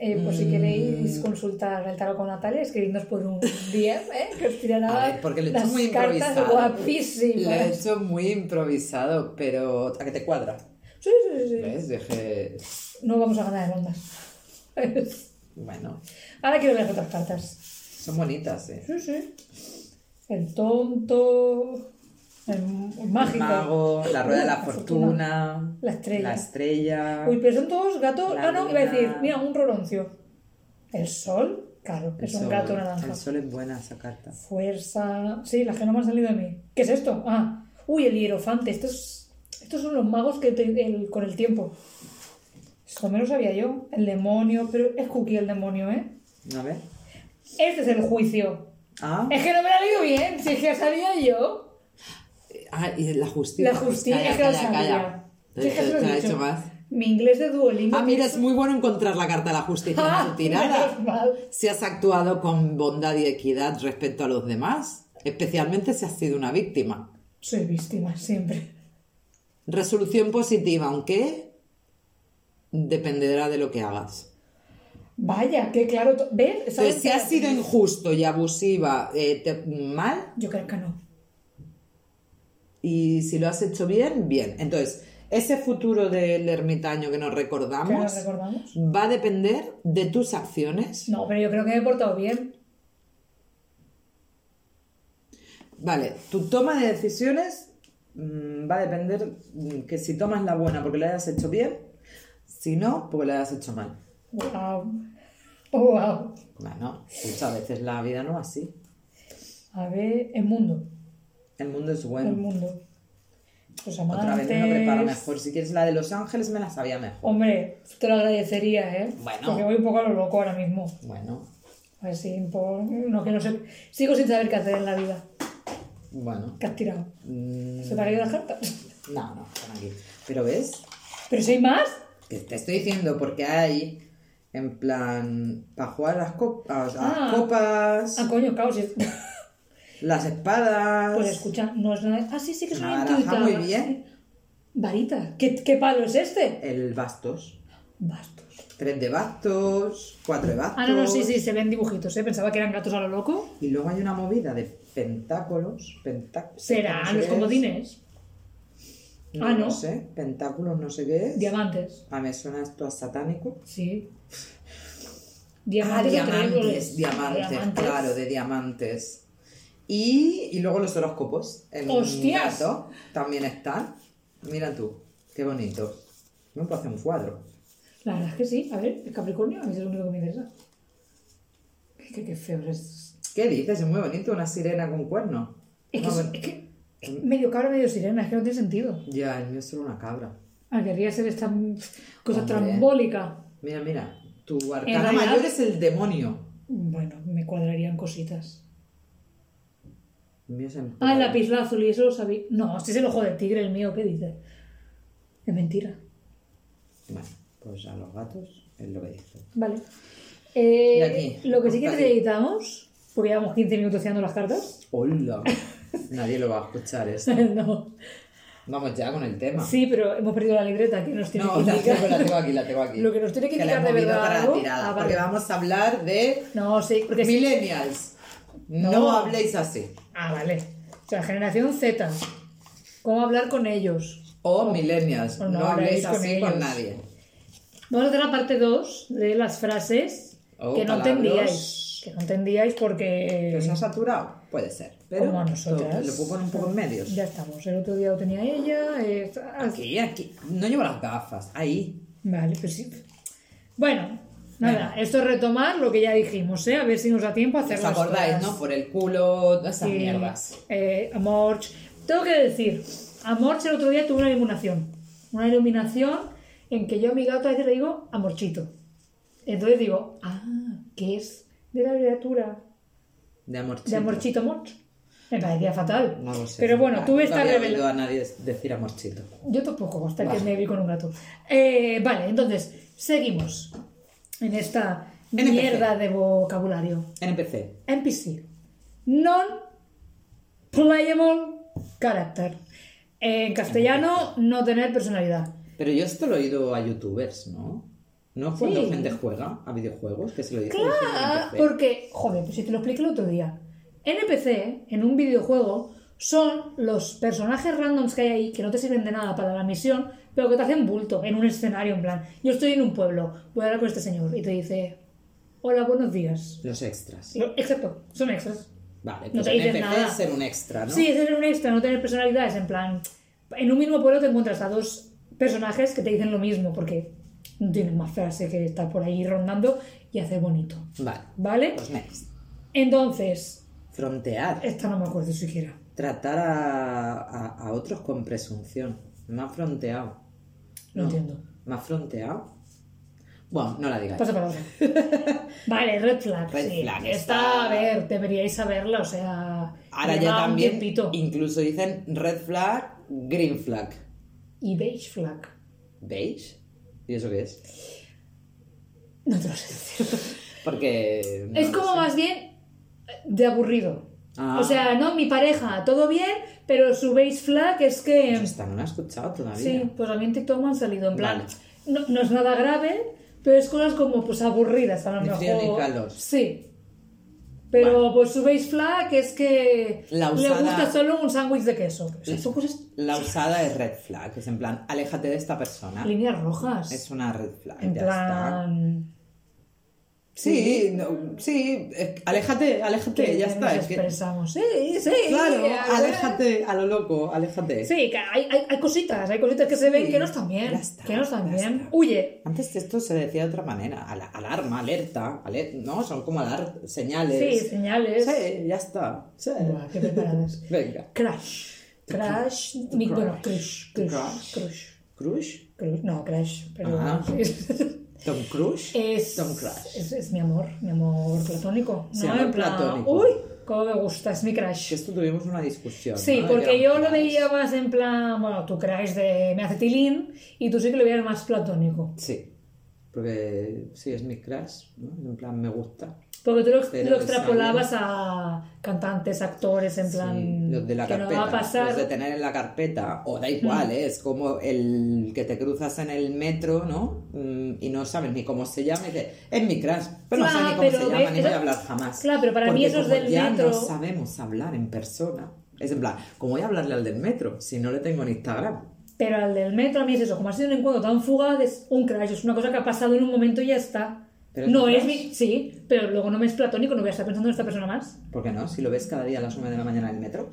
[SPEAKER 1] Eh, pues si
[SPEAKER 2] Mm.
[SPEAKER 1] queréis consultar el tarot con Natalia, escribidnos por un DM, ¿eh? Que os tirará
[SPEAKER 2] A ver, porque lo he hecho
[SPEAKER 1] las
[SPEAKER 2] muy
[SPEAKER 1] cartas
[SPEAKER 2] improvisado. Lo he
[SPEAKER 1] guapísimas.
[SPEAKER 2] hecho muy improvisado, pero a que te cuadra.
[SPEAKER 1] Sí, sí, sí.
[SPEAKER 2] ¿Ves? Dije,
[SPEAKER 1] No vamos a ganar de rondas.
[SPEAKER 2] bueno,
[SPEAKER 1] Ahora quiero ver otras cartas.
[SPEAKER 2] son bonitas, ¿eh?
[SPEAKER 1] Sí, sí. El tonto, el m-
[SPEAKER 2] El
[SPEAKER 1] mágico.
[SPEAKER 2] mago, la rueda de la
[SPEAKER 1] Uh,
[SPEAKER 2] fortuna,
[SPEAKER 1] La estrella.
[SPEAKER 2] la estrella.
[SPEAKER 1] Uy, pero son todos gatos.
[SPEAKER 2] La
[SPEAKER 1] Ah, no, iba a
[SPEAKER 2] luna.
[SPEAKER 1] decir, mira, un roroncio. El sol, claro, que es
[SPEAKER 2] El
[SPEAKER 1] un
[SPEAKER 2] sol.
[SPEAKER 1] gato naranja.
[SPEAKER 2] El sol es buena esa carta.
[SPEAKER 1] Fuerza. Sí, las que no me han salido de mí. ¿Qué es esto? Ah, uy, el hierofante. Estos, estos son los magos que te- el- con el tiempo. Esto me lo sabía yo. El demonio, pero es cookie el demonio, ¿eh?
[SPEAKER 2] A ver.
[SPEAKER 1] Este es el juicio.
[SPEAKER 2] Ah,
[SPEAKER 1] Es que no me lo he leído bien, si es que sabía yo.
[SPEAKER 2] ah, y la justicia.
[SPEAKER 1] Eh, La justicia
[SPEAKER 2] Calla,
[SPEAKER 1] que la
[SPEAKER 2] calla,
[SPEAKER 1] sabía.
[SPEAKER 2] calla.
[SPEAKER 1] Sí, es que se lo
[SPEAKER 2] Te
[SPEAKER 1] he
[SPEAKER 2] ha
[SPEAKER 1] dicho.
[SPEAKER 2] hecho más.
[SPEAKER 1] Mi inglés de Duolingo.
[SPEAKER 2] Ah, mira, es muy bueno encontrar la carta de la justicia en
[SPEAKER 1] Ah,
[SPEAKER 2] tu tirada.
[SPEAKER 1] menos mal.
[SPEAKER 2] Si has actuado con bondad y equidad respecto a los demás, especialmente si has sido una víctima.
[SPEAKER 1] Soy víctima siempre.
[SPEAKER 2] Resolución positiva, aunque dependerá de lo que hagas.
[SPEAKER 1] Vaya, qué claro. to- ¿Ves? ¿Sabes
[SPEAKER 2] Entonces, si
[SPEAKER 1] qué?
[SPEAKER 2] has sido injusto y abusiva, eh, te- mal,
[SPEAKER 1] Yo creo que no.
[SPEAKER 2] y si lo has hecho bien, bien. Entonces, ese futuro del ermitaño que nos recordamos,
[SPEAKER 1] ¿Que nos recordamos?
[SPEAKER 2] va a depender de tus acciones.
[SPEAKER 1] No, pero yo creo que me he portado bien.
[SPEAKER 2] Vale, tu toma de decisiones mm, va a depender mm, que si tomas la buena porque la hayas hecho bien, si no, porque la hayas hecho mal.
[SPEAKER 1] Wow. Wow.
[SPEAKER 2] Bueno, muchas veces la vida no es así.
[SPEAKER 1] A ver, el mundo.
[SPEAKER 2] El mundo es bueno.
[SPEAKER 1] El mundo. Los amantes.
[SPEAKER 2] Otra vez me lo preparo mejor. Si quieres la de Los Ángeles, me la sabía mejor.
[SPEAKER 1] Hombre, te lo agradecería, ¿eh?
[SPEAKER 2] Bueno.
[SPEAKER 1] Porque voy un poco a lo loco ahora mismo.
[SPEAKER 2] Bueno,
[SPEAKER 1] Así, por... no, que no sé. Sigo sin saber qué hacer en la vida.
[SPEAKER 2] bueno.
[SPEAKER 1] ¿Qué has tirado?
[SPEAKER 2] Mm,
[SPEAKER 1] ¿Se te ha caído las cartas?
[SPEAKER 2] No, no, están aquí. Pero ves,
[SPEAKER 1] ¿Pero si hay más?
[SPEAKER 2] que te estoy diciendo porque hay, en plan, para jugar a las, cop- a- a las
[SPEAKER 1] Ah.
[SPEAKER 2] copas,
[SPEAKER 1] Ah, coño, caos. es-
[SPEAKER 2] las espadas.
[SPEAKER 1] Pues escucha, no es nada. Ah, sí, sí que es una
[SPEAKER 2] Una baraja
[SPEAKER 1] intuita.
[SPEAKER 2] muy bien.
[SPEAKER 1] Varita. ¿Qué, qué palo es este?
[SPEAKER 2] El bastos.
[SPEAKER 1] Bastos.
[SPEAKER 2] Tres de bastos, cuatro de bastos.
[SPEAKER 1] Ah, no, no, sí, sí, se ven dibujitos, ¿eh? Pensaba que eran gatos a lo loco.
[SPEAKER 2] Y luego hay una movida de pentáculos. Pentá no
[SPEAKER 1] Serán
[SPEAKER 2] sé
[SPEAKER 1] los
[SPEAKER 2] qué es.
[SPEAKER 1] comodines.
[SPEAKER 2] No,
[SPEAKER 1] Ah,
[SPEAKER 2] no
[SPEAKER 1] no.
[SPEAKER 2] sé. Pentáculos, no sé qué es.
[SPEAKER 1] Diamantes.
[SPEAKER 2] A mí suena esto a satánico.
[SPEAKER 1] Sí.
[SPEAKER 2] Ah,
[SPEAKER 1] Diamantes, o triángulos.
[SPEAKER 2] diamantes, diamantes, claro, de diamantes. Y, y luego los horóscopos. El
[SPEAKER 1] ¡Hostias!
[SPEAKER 2] gato también están. Mira tú, qué bonito. Me puedo hacer un cuadro.
[SPEAKER 1] La verdad es que sí. A ver, el Capricornio a mí es lo único que me interesa. Es que qué feo es.
[SPEAKER 2] ¿Qué dices? Es muy bonito, una sirena con cuerno.
[SPEAKER 1] Es que,
[SPEAKER 2] No,
[SPEAKER 1] es,
[SPEAKER 2] bueno,
[SPEAKER 1] es que es medio cabra, medio sirena. Es que no tiene sentido.
[SPEAKER 2] Ya, el mío es solo una cabra.
[SPEAKER 1] Ah, querría ser esta mm, cosa
[SPEAKER 2] Hombre.
[SPEAKER 1] trambólica.
[SPEAKER 2] Mira, mira, tu arcana
[SPEAKER 1] realidad-
[SPEAKER 2] mayor es el demonio.
[SPEAKER 1] Bueno, me cuadrarían cositas.
[SPEAKER 2] El mío es el
[SPEAKER 1] Ah, el lapislázuli, eso lo sabía. No, este es el ojo del tigre, el mío, ¿qué dice? Es mentira.
[SPEAKER 2] Bueno, pues a los gatos es lo que dicen.
[SPEAKER 1] Vale. Eh,
[SPEAKER 2] Y aquí,
[SPEAKER 1] lo que sí que
[SPEAKER 2] aquí.
[SPEAKER 1] necesitamos, porque llevamos 15 minutos haciendo las cartas,
[SPEAKER 2] ¡Hola! Nadie lo va a escuchar eso.
[SPEAKER 1] no.
[SPEAKER 2] Vamos ya con el tema.
[SPEAKER 1] Sí, pero hemos perdido la libreta que nos tiene
[SPEAKER 2] No,
[SPEAKER 1] que
[SPEAKER 2] la
[SPEAKER 1] indicar.
[SPEAKER 2] tengo, la tengo aquí, la tengo aquí.
[SPEAKER 1] Lo que nos tiene que
[SPEAKER 2] la
[SPEAKER 1] indicar
[SPEAKER 2] he
[SPEAKER 1] de
[SPEAKER 2] movido
[SPEAKER 1] verdad
[SPEAKER 2] para la
[SPEAKER 1] algo.
[SPEAKER 2] tirada,
[SPEAKER 1] Ah, vale.
[SPEAKER 2] porque vamos a hablar de
[SPEAKER 1] No, sí, porque sí.
[SPEAKER 2] millennials. No.
[SPEAKER 1] No.
[SPEAKER 2] habléis así.
[SPEAKER 1] Ah, vale. O sea, generación Z. ¿Cómo hablar con ellos?
[SPEAKER 2] O millennials.
[SPEAKER 1] o
[SPEAKER 2] No,
[SPEAKER 1] no
[SPEAKER 2] habléis
[SPEAKER 1] habléis con
[SPEAKER 2] así
[SPEAKER 1] ellos.
[SPEAKER 2] con nadie.
[SPEAKER 1] Vamos a hacer la parte 2 de las frases
[SPEAKER 2] Oh,
[SPEAKER 1] que no
[SPEAKER 2] palabras.
[SPEAKER 1] entendíais. Que no entendíais porque...
[SPEAKER 2] ¿Que os ha saturado? Puede ser. Pero
[SPEAKER 1] Como a nosotras.
[SPEAKER 2] Lo, lo puedo poner un poco en medio.
[SPEAKER 1] Ya estamos. El otro día lo tenía ella. eh, ah,
[SPEAKER 2] Aquí, aquí. No llevo las gafas. Ahí.
[SPEAKER 1] Vale, pues sí. Bueno, nada, esto es retomar lo que ya dijimos, ¿eh? A ver si nos da tiempo a hacer
[SPEAKER 2] ¿Os
[SPEAKER 1] las
[SPEAKER 2] acordáis,
[SPEAKER 1] cosas.
[SPEAKER 2] no? Por el culo, todas esas
[SPEAKER 1] Sí.
[SPEAKER 2] mierdas.
[SPEAKER 1] Eh, Amorch. Tengo que decir, Amorch el otro día tuvo una iluminación. Una iluminación en que yo a mi gato a veces le digo Amorchito. Entonces digo, ah, ¿qué es de la abreviatura
[SPEAKER 2] De amorchito.
[SPEAKER 1] de Amorchito Amorch? Me parecía fatal.
[SPEAKER 2] No lo sé.
[SPEAKER 1] Pero bueno,
[SPEAKER 2] Ah,
[SPEAKER 1] tuve
[SPEAKER 2] nunca
[SPEAKER 1] esta
[SPEAKER 2] había
[SPEAKER 1] revelación.
[SPEAKER 2] oído a nadie decir amorchito.
[SPEAKER 1] Yo tampoco, hasta
[SPEAKER 2] Vale.
[SPEAKER 1] que me vi con un gato. Eh, vale, entonces, seguimos en esta
[SPEAKER 2] NPC.
[SPEAKER 1] mierda de vocabulario.
[SPEAKER 2] NPC.
[SPEAKER 1] NPC. Non-playable character. En castellano, no tener personalidad.
[SPEAKER 2] Pero yo esto lo he oído a youtubers, ¿no? ¿No cuando
[SPEAKER 1] Sí.
[SPEAKER 2] gente juega a videojuegos? Que se lo dice.
[SPEAKER 1] Claro,
[SPEAKER 2] NPC.
[SPEAKER 1] porque, joder, pues si te lo expliqué el otro día. NPC, en un videojuego, son los personajes randoms que hay ahí que no te sirven de nada para la misión, pero que te hacen bulto en un escenario, en plan, yo estoy en un pueblo, voy a hablar con este señor, y te dice, hola, buenos días.
[SPEAKER 2] Los extras.
[SPEAKER 1] Lo- Exacto, son extras.
[SPEAKER 2] Vale,
[SPEAKER 1] No
[SPEAKER 2] pues
[SPEAKER 1] te dicen
[SPEAKER 2] NPC
[SPEAKER 1] nada.
[SPEAKER 2] es ser un extra, Ah, ¿no?
[SPEAKER 1] Sí, es ser un extra, no tener personalidad, es en plan, en un mismo pueblo te encuentras a dos personajes que te dicen lo mismo, porque no tienen más frase que estar por ahí rondando y hacer bonito.
[SPEAKER 2] Vale.
[SPEAKER 1] ¿Vale?
[SPEAKER 2] Pues next.
[SPEAKER 1] Entonces,
[SPEAKER 2] Frontear.
[SPEAKER 1] esta no me acuerdo siquiera.
[SPEAKER 2] Tratar a, a, a otros con presunción. Me han fronteado.
[SPEAKER 1] No entiendo.
[SPEAKER 2] ¿Me has fronteado? Bueno, no la digas.
[SPEAKER 1] Pasa para otra. Vale, red flag.
[SPEAKER 2] Red
[SPEAKER 1] sí.
[SPEAKER 2] flag,
[SPEAKER 1] Esta,
[SPEAKER 2] está-
[SPEAKER 1] a ver, deberíais saberla, o sea.
[SPEAKER 2] Ahora ya
[SPEAKER 1] lleva un
[SPEAKER 2] también
[SPEAKER 1] tiempito.
[SPEAKER 2] incluso dicen red flag, green flag.
[SPEAKER 1] Y beige flag.
[SPEAKER 2] ¿Beige? ¿Y eso qué es?
[SPEAKER 1] No te lo sé decir.
[SPEAKER 2] Porque... no
[SPEAKER 1] es
[SPEAKER 2] lo
[SPEAKER 1] como
[SPEAKER 2] sé.
[SPEAKER 1] más bien de aburrido.
[SPEAKER 2] Ah.
[SPEAKER 1] O sea, no, mi pareja, todo bien, pero su beige flag es que.
[SPEAKER 2] Esta no la he escuchado todavía.
[SPEAKER 1] Sí, pues a mí en TikTok me han salido. En plan,
[SPEAKER 2] Ah, Vale.
[SPEAKER 1] no, no es nada grave, pero es cosas como pues aburridas a lo
[SPEAKER 2] Ni
[SPEAKER 1] mejor.
[SPEAKER 2] frío ni calor.
[SPEAKER 1] Sí. Pero pues su beige flag es que
[SPEAKER 2] La
[SPEAKER 1] le
[SPEAKER 2] usada-
[SPEAKER 1] gusta solo un sándwich de queso. O sea, son cosas
[SPEAKER 2] La usada es red flag. Es en plan, aléjate de esta persona.
[SPEAKER 1] líneas rojas.
[SPEAKER 2] Ah. Es una red flag.
[SPEAKER 1] en
[SPEAKER 2] ya está.
[SPEAKER 1] plan.
[SPEAKER 2] Sí, no, sí. eh, Aléjate, aléjate,
[SPEAKER 1] que
[SPEAKER 2] ya está.
[SPEAKER 1] Nos
[SPEAKER 2] es que-
[SPEAKER 1] expresamos. Sí, sí.
[SPEAKER 2] Claro,
[SPEAKER 1] eh,
[SPEAKER 2] aléjate, a lo loco, aléjate.
[SPEAKER 1] Sí, que hay, hay, hay cositas, hay cositas que se ven que no están bien.
[SPEAKER 2] ya está,
[SPEAKER 1] que no están
[SPEAKER 2] ya
[SPEAKER 1] bien.
[SPEAKER 2] está.
[SPEAKER 1] Huye.
[SPEAKER 2] Antes esto se decía de otra manera. ala- alarma, alerta, aler- ¿no? Son como alar
[SPEAKER 1] Sí,
[SPEAKER 2] señales.
[SPEAKER 1] señales.
[SPEAKER 2] Sí, ya está. Sí.
[SPEAKER 1] Buah, qué preparadas.
[SPEAKER 2] Venga.
[SPEAKER 1] Crash. Crash.
[SPEAKER 2] The
[SPEAKER 1] mi-
[SPEAKER 2] Crash.
[SPEAKER 1] Bueno, crush.
[SPEAKER 2] The
[SPEAKER 1] Crush. Crush.
[SPEAKER 2] Crash. ¿Crush?
[SPEAKER 1] crush, No, crash. Pero
[SPEAKER 2] Ah. ¿Tom Crush?
[SPEAKER 1] es,
[SPEAKER 2] Tom Crush.
[SPEAKER 1] Es, es mi amor. Mi amor platónico.
[SPEAKER 2] Sí,
[SPEAKER 1] no,
[SPEAKER 2] amor
[SPEAKER 1] en plan,
[SPEAKER 2] platónico.
[SPEAKER 1] Uy, cómo me gusta. Es mi crash.
[SPEAKER 2] Esto tuvimos una discusión.
[SPEAKER 1] Sí,
[SPEAKER 2] ¿no? De que
[SPEAKER 1] porque
[SPEAKER 2] era
[SPEAKER 1] yo
[SPEAKER 2] un
[SPEAKER 1] lo
[SPEAKER 2] crush.
[SPEAKER 1] veía más en plan, bueno, tu crash de me hace tilín y tú sí que lo veías más platónico.
[SPEAKER 2] Sí. Porque sí, es mi crush, ¿no? En plan, me gusta.
[SPEAKER 1] Porque tú lo, ex-
[SPEAKER 2] Pero
[SPEAKER 1] lo
[SPEAKER 2] el
[SPEAKER 1] extrapolabas a cantantes, actores, en plan,
[SPEAKER 2] Sí, los de la
[SPEAKER 1] que
[SPEAKER 2] carpeta,
[SPEAKER 1] no va a pasar. Mm.
[SPEAKER 2] los de tener en la carpeta, o da igual, ¿eh? es como el que te cruzas en el metro, ¿no? Mm, Y no sabes ni cómo se llama, y dices, es mi crush, pero no sé
[SPEAKER 1] Claro,
[SPEAKER 2] ni cómo
[SPEAKER 1] pero
[SPEAKER 2] se llama,
[SPEAKER 1] ves,
[SPEAKER 2] ni voy a
[SPEAKER 1] eso-
[SPEAKER 2] hablar jamás.
[SPEAKER 1] claro, pero para mí
[SPEAKER 2] Porque
[SPEAKER 1] esos
[SPEAKER 2] como
[SPEAKER 1] del
[SPEAKER 2] ya
[SPEAKER 1] metro-
[SPEAKER 2] no sabemos hablar en persona, es en plan, ¿cómo voy a hablarle al del metro si no le tengo en Instagram?
[SPEAKER 1] Pero al del metro a mí es eso, como ha sido un encuentro tan fugaz, es un crash, es una cosa que ha pasado en un momento y ya está.
[SPEAKER 2] Pero es
[SPEAKER 1] no
[SPEAKER 2] un
[SPEAKER 1] es
[SPEAKER 2] crash.
[SPEAKER 1] mi... Sí, pero luego no me es platónico, no voy a estar pensando en esta persona más.
[SPEAKER 2] ¿Por qué no? Si lo ves cada día a las 9 de la mañana en el metro.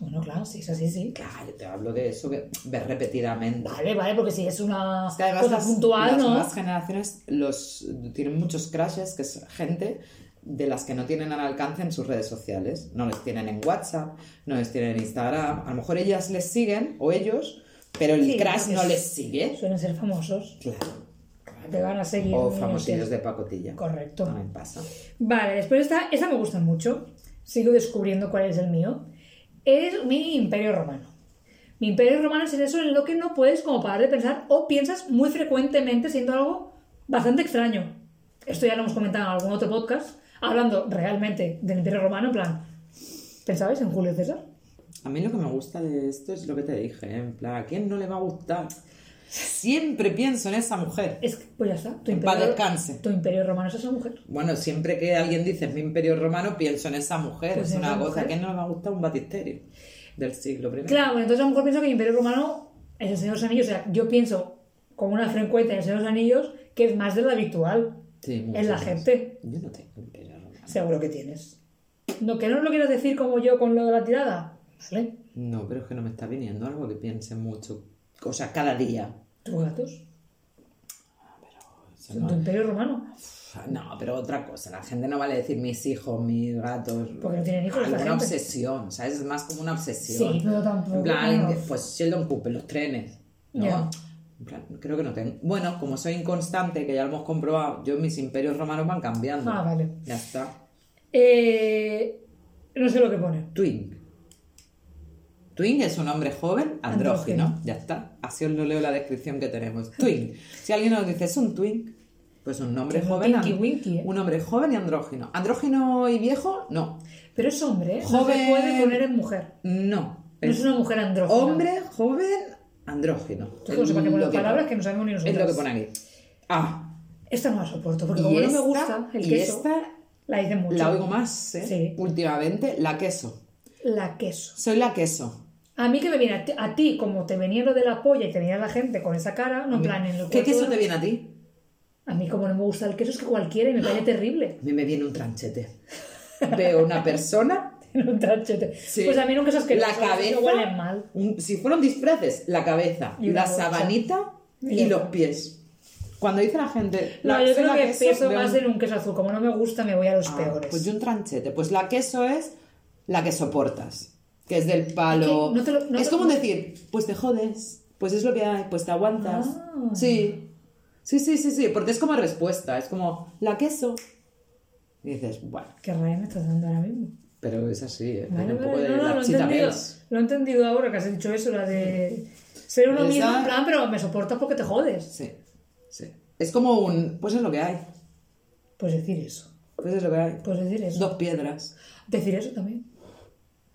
[SPEAKER 1] Bueno, claro, sí, es así, sí.
[SPEAKER 2] Claro, yo te hablo de eso que ves repetidamente.
[SPEAKER 1] Vale, vale, porque si es una
[SPEAKER 2] Es que además
[SPEAKER 1] cosa
[SPEAKER 2] las,
[SPEAKER 1] puntual,
[SPEAKER 2] las
[SPEAKER 1] ¿no?
[SPEAKER 2] nuevas generaciones los, tienen muchos crashes, que es gente de las que no tienen al alcance en sus redes sociales. No les tienen en WhatsApp, no les tienen en Instagram. A lo mejor ellas les siguen o ellos, pero el
[SPEAKER 1] Sí,
[SPEAKER 2] crash
[SPEAKER 1] porque
[SPEAKER 2] no
[SPEAKER 1] es-
[SPEAKER 2] les sigue.
[SPEAKER 1] Suelen ser famosos.
[SPEAKER 2] Claro.
[SPEAKER 1] Te van a seguir.
[SPEAKER 2] O
[SPEAKER 1] niños,
[SPEAKER 2] famosillos
[SPEAKER 1] sí.
[SPEAKER 2] de pacotilla.
[SPEAKER 1] Correcto.
[SPEAKER 2] También pasa.
[SPEAKER 1] Vale, después esta, esta me gusta mucho. Sigo descubriendo cuál es el mío. Es mi imperio romano. Mi imperio romano es eso en lo que no puedes como parar de pensar o piensas muy frecuentemente siendo algo bastante extraño. Esto ya lo hemos comentado en algún otro podcast, hablando realmente del imperio romano, en plan, ¿pensabais en Julio César?
[SPEAKER 2] A mí lo que me gusta de esto es lo que te dije, ¿eh? en plan, ¿a quién no le va a gustar? Siempre pienso en esa mujer.
[SPEAKER 1] Es que, pues ya está. Tu
[SPEAKER 2] En paz descanse.
[SPEAKER 1] tu imperio romano es esa mujer.
[SPEAKER 2] Bueno, siempre que alguien dice "Es mi imperio romano, pienso en esa mujer.
[SPEAKER 1] Pues
[SPEAKER 2] es
[SPEAKER 1] en
[SPEAKER 2] una
[SPEAKER 1] esa
[SPEAKER 2] cosa. ¿A
[SPEAKER 1] mujer.
[SPEAKER 2] quién no le va a gustar un batisterio del siglo I?
[SPEAKER 1] Claro, bueno, entonces a lo mejor pienso que el imperio romano es el Señor de los Anillos. O sea, yo pienso con una frecuencia en el Señor de los Anillos que es más de la habitual.
[SPEAKER 2] Sí, mucho
[SPEAKER 1] Es la
[SPEAKER 2] más.
[SPEAKER 1] gente.
[SPEAKER 2] Yo no tengo imperio romano.
[SPEAKER 1] Seguro que tienes. No, que no lo quieras decir como yo con lo de la tirada. ¿Vale?
[SPEAKER 2] No, pero es que no me está viniendo algo que piense mucho. O sea, cada día.
[SPEAKER 1] Tus gatos.
[SPEAKER 2] O sea,
[SPEAKER 1] Son tu
[SPEAKER 2] no,
[SPEAKER 1] imperio romano.
[SPEAKER 2] no, pero otra cosa. La gente no vale decir mis hijos, mis gatos.
[SPEAKER 1] Porque no tienen hijos,
[SPEAKER 2] Es
[SPEAKER 1] la
[SPEAKER 2] una
[SPEAKER 1] gente.
[SPEAKER 2] obsesión, ¿sabes? Es más como una obsesión.
[SPEAKER 1] Sí, pero tampoco.
[SPEAKER 2] En plan,
[SPEAKER 1] no.
[SPEAKER 2] pues Sheldon Cooper, los trenes, ¿no?
[SPEAKER 1] Ya.
[SPEAKER 2] En plan, creo que no tengo. Bueno, como soy inconstante, que ya lo hemos comprobado, yo mis imperios romanos van cambiando.
[SPEAKER 1] Ah, vale.
[SPEAKER 2] Ya está.
[SPEAKER 1] Eh, no sé lo que pone.
[SPEAKER 2] Twing. Twing es un hombre joven andrógino. Ya está. Así os lo leo la descripción que tenemos. Twing. Si alguien nos dice, es un twing, pues un hombre
[SPEAKER 1] Es un
[SPEAKER 2] joven.
[SPEAKER 1] tinky
[SPEAKER 2] and-
[SPEAKER 1] winky, eh.
[SPEAKER 2] Un hombre joven y andrógino. ¿Andrógino y viejo? No.
[SPEAKER 1] Pero es hombre, ¿eh? No
[SPEAKER 2] Joven.
[SPEAKER 1] se puede poner en mujer.
[SPEAKER 2] No.
[SPEAKER 1] No es una mujer andrógina.
[SPEAKER 2] Hombre joven andrógino.
[SPEAKER 1] Yo que no sé para qué
[SPEAKER 2] Es
[SPEAKER 1] poner
[SPEAKER 2] lo que
[SPEAKER 1] palabras que no sabemos ni
[SPEAKER 2] Es
[SPEAKER 1] nosotros.
[SPEAKER 2] lo que pone aquí. Ah,
[SPEAKER 1] Esta no la soporto, porque
[SPEAKER 2] y
[SPEAKER 1] como no
[SPEAKER 2] esta-
[SPEAKER 1] me gusta el
[SPEAKER 2] y
[SPEAKER 1] queso,
[SPEAKER 2] esta
[SPEAKER 1] la dicen mucho.
[SPEAKER 2] la oigo más, ¿eh?
[SPEAKER 1] Sí.
[SPEAKER 2] Últimamente, la queso.
[SPEAKER 1] La queso.
[SPEAKER 2] Soy la queso.
[SPEAKER 1] A mí que me viene, a ti, a ti, como te venía lo de la polla y te venía la gente con esa cara, no en plan en el
[SPEAKER 2] ¿Qué
[SPEAKER 1] cuerpo-
[SPEAKER 2] queso te viene a ti?
[SPEAKER 1] A mí como no me gusta el queso es que cualquiera y me parece terrible.
[SPEAKER 2] A mí me viene un tranchete. Veo una persona,
[SPEAKER 1] En un tachete.
[SPEAKER 2] Sí.
[SPEAKER 1] Pues a mí nunca es que
[SPEAKER 2] la cabeza.
[SPEAKER 1] huelen mal.
[SPEAKER 2] un- si fueron disfraces, la cabeza,
[SPEAKER 1] Y una
[SPEAKER 2] la
[SPEAKER 1] bolsa.
[SPEAKER 2] sabanita
[SPEAKER 1] Y
[SPEAKER 2] y
[SPEAKER 1] ya.
[SPEAKER 2] los pies. Cuando dice la gente.
[SPEAKER 1] No,
[SPEAKER 2] la-
[SPEAKER 1] yo
[SPEAKER 2] soy
[SPEAKER 1] creo
[SPEAKER 2] la
[SPEAKER 1] que
[SPEAKER 2] queso,
[SPEAKER 1] pienso
[SPEAKER 2] veo
[SPEAKER 1] más
[SPEAKER 2] un-
[SPEAKER 1] en un queso azul. Como no me gusta, me voy a los
[SPEAKER 2] Ah,
[SPEAKER 1] peores.
[SPEAKER 2] Pues yo un tranchete. Pues la queso es la que soportas. Que es del
[SPEAKER 1] Es
[SPEAKER 2] palo.
[SPEAKER 1] que no te lo- no
[SPEAKER 2] es
[SPEAKER 1] te-
[SPEAKER 2] como decir, pues te jodes, pues es lo que hay, pues te aguantas.
[SPEAKER 1] Ah.
[SPEAKER 2] Sí. Sí, sí, sí, sí. Porque es como respuesta. Es como la queso. Y dices, bueno,
[SPEAKER 1] Qué raya me estás dando ahora mismo.
[SPEAKER 2] pero es así, ¿eh?
[SPEAKER 1] Vale,
[SPEAKER 2] Tiene un
[SPEAKER 1] vale,
[SPEAKER 2] poco de
[SPEAKER 1] no, no,
[SPEAKER 2] la
[SPEAKER 1] lo he
[SPEAKER 2] chita
[SPEAKER 1] entendido.
[SPEAKER 2] Mills.
[SPEAKER 1] Lo he entendido ahora que has dicho eso, la de ser uno
[SPEAKER 2] Esa-
[SPEAKER 1] mismo, en plan, pero me soportas porque te jodes.
[SPEAKER 2] Sí, sí. Es como un, pues es lo que hay.
[SPEAKER 1] Pues decir eso.
[SPEAKER 2] Pues es lo que hay.
[SPEAKER 1] Pues decir eso.
[SPEAKER 2] Dos piedras.
[SPEAKER 1] Decir eso también.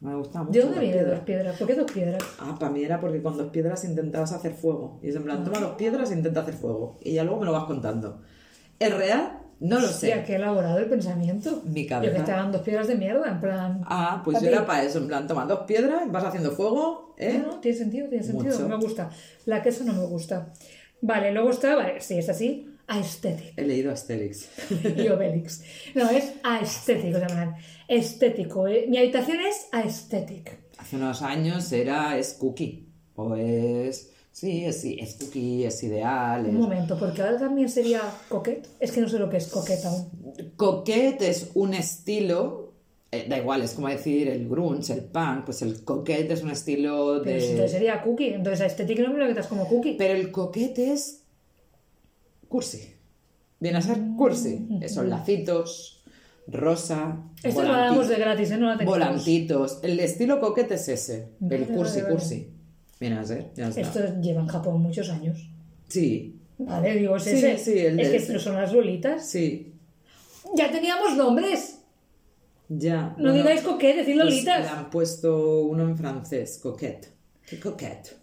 [SPEAKER 2] Me gusta mucho.
[SPEAKER 1] ¿De dónde
[SPEAKER 2] dos
[SPEAKER 1] viene
[SPEAKER 2] piedras.
[SPEAKER 1] dos piedras? ¿Por qué dos piedras?
[SPEAKER 2] Ah, para mí era porque con dos piedras intentabas hacer fuego. Y es en plan, toma dos piedras e intenta hacer fuego. Y ya luego me lo vas contando. ¿Es real? No lo
[SPEAKER 1] Hostia,
[SPEAKER 2] sé.
[SPEAKER 1] qué elaborado el pensamiento.
[SPEAKER 2] Mi cabeza.
[SPEAKER 1] Yo que estaban dos piedras de mierda, en plan.
[SPEAKER 2] Ah, pues
[SPEAKER 1] Papi,
[SPEAKER 2] yo era para eso. En plan, toma dos piedras, vas haciendo fuego, ¿eh?
[SPEAKER 1] No, no, tiene sentido, tiene sentido.
[SPEAKER 2] Mucho.
[SPEAKER 1] No me gusta. La queso no me gusta. Vale, luego está, vale, sí, es así, aesthetic.
[SPEAKER 2] He leído Asterix.
[SPEAKER 1] Y Obelix. No, es aesthetic, o sea, en plan, estético. eh. Mi habitación es aesthetic.
[SPEAKER 2] Hace unos años era es cookie. O es... Sí, es, es cookie, es ideal.
[SPEAKER 1] Un
[SPEAKER 2] Es...
[SPEAKER 1] momento, porque ahora también sería coquet. Es que no sé lo que es coquet aún.
[SPEAKER 2] Coquette es un estilo... eh, da igual, es como decir el grunge, el punk. Pues el coquette es un estilo
[SPEAKER 1] Pero Entonces
[SPEAKER 2] de...
[SPEAKER 1] sería cookie. Entonces a este tigre no me lo metas como cookie.
[SPEAKER 2] Pero el coquete es cursi. Viene a ser cursi. Son lacitos, rosa,
[SPEAKER 1] Mm. Esto lo
[SPEAKER 2] volanti-
[SPEAKER 1] damos de gratis, ¿eh? No la tenemos.
[SPEAKER 2] volantitos. El estilo coquete es ese.
[SPEAKER 1] Vale,
[SPEAKER 2] El cursi,
[SPEAKER 1] vale, vale.
[SPEAKER 2] cursi. Viene a ser, ya está.
[SPEAKER 1] Esto lleva en Japón muchos años.
[SPEAKER 2] Sí,
[SPEAKER 1] Vale, digo, es
[SPEAKER 2] Sí,
[SPEAKER 1] ese.
[SPEAKER 2] sí, el
[SPEAKER 1] es
[SPEAKER 2] de
[SPEAKER 1] que
[SPEAKER 2] ese.
[SPEAKER 1] pero son las lolitas.
[SPEAKER 2] sí,
[SPEAKER 1] ¡Ya teníamos nombres!
[SPEAKER 2] ya.
[SPEAKER 1] No digáis coquet, decid
[SPEAKER 2] pues
[SPEAKER 1] lolitas.
[SPEAKER 2] Le han puesto uno en francés, coquette. ¿Qué coquette?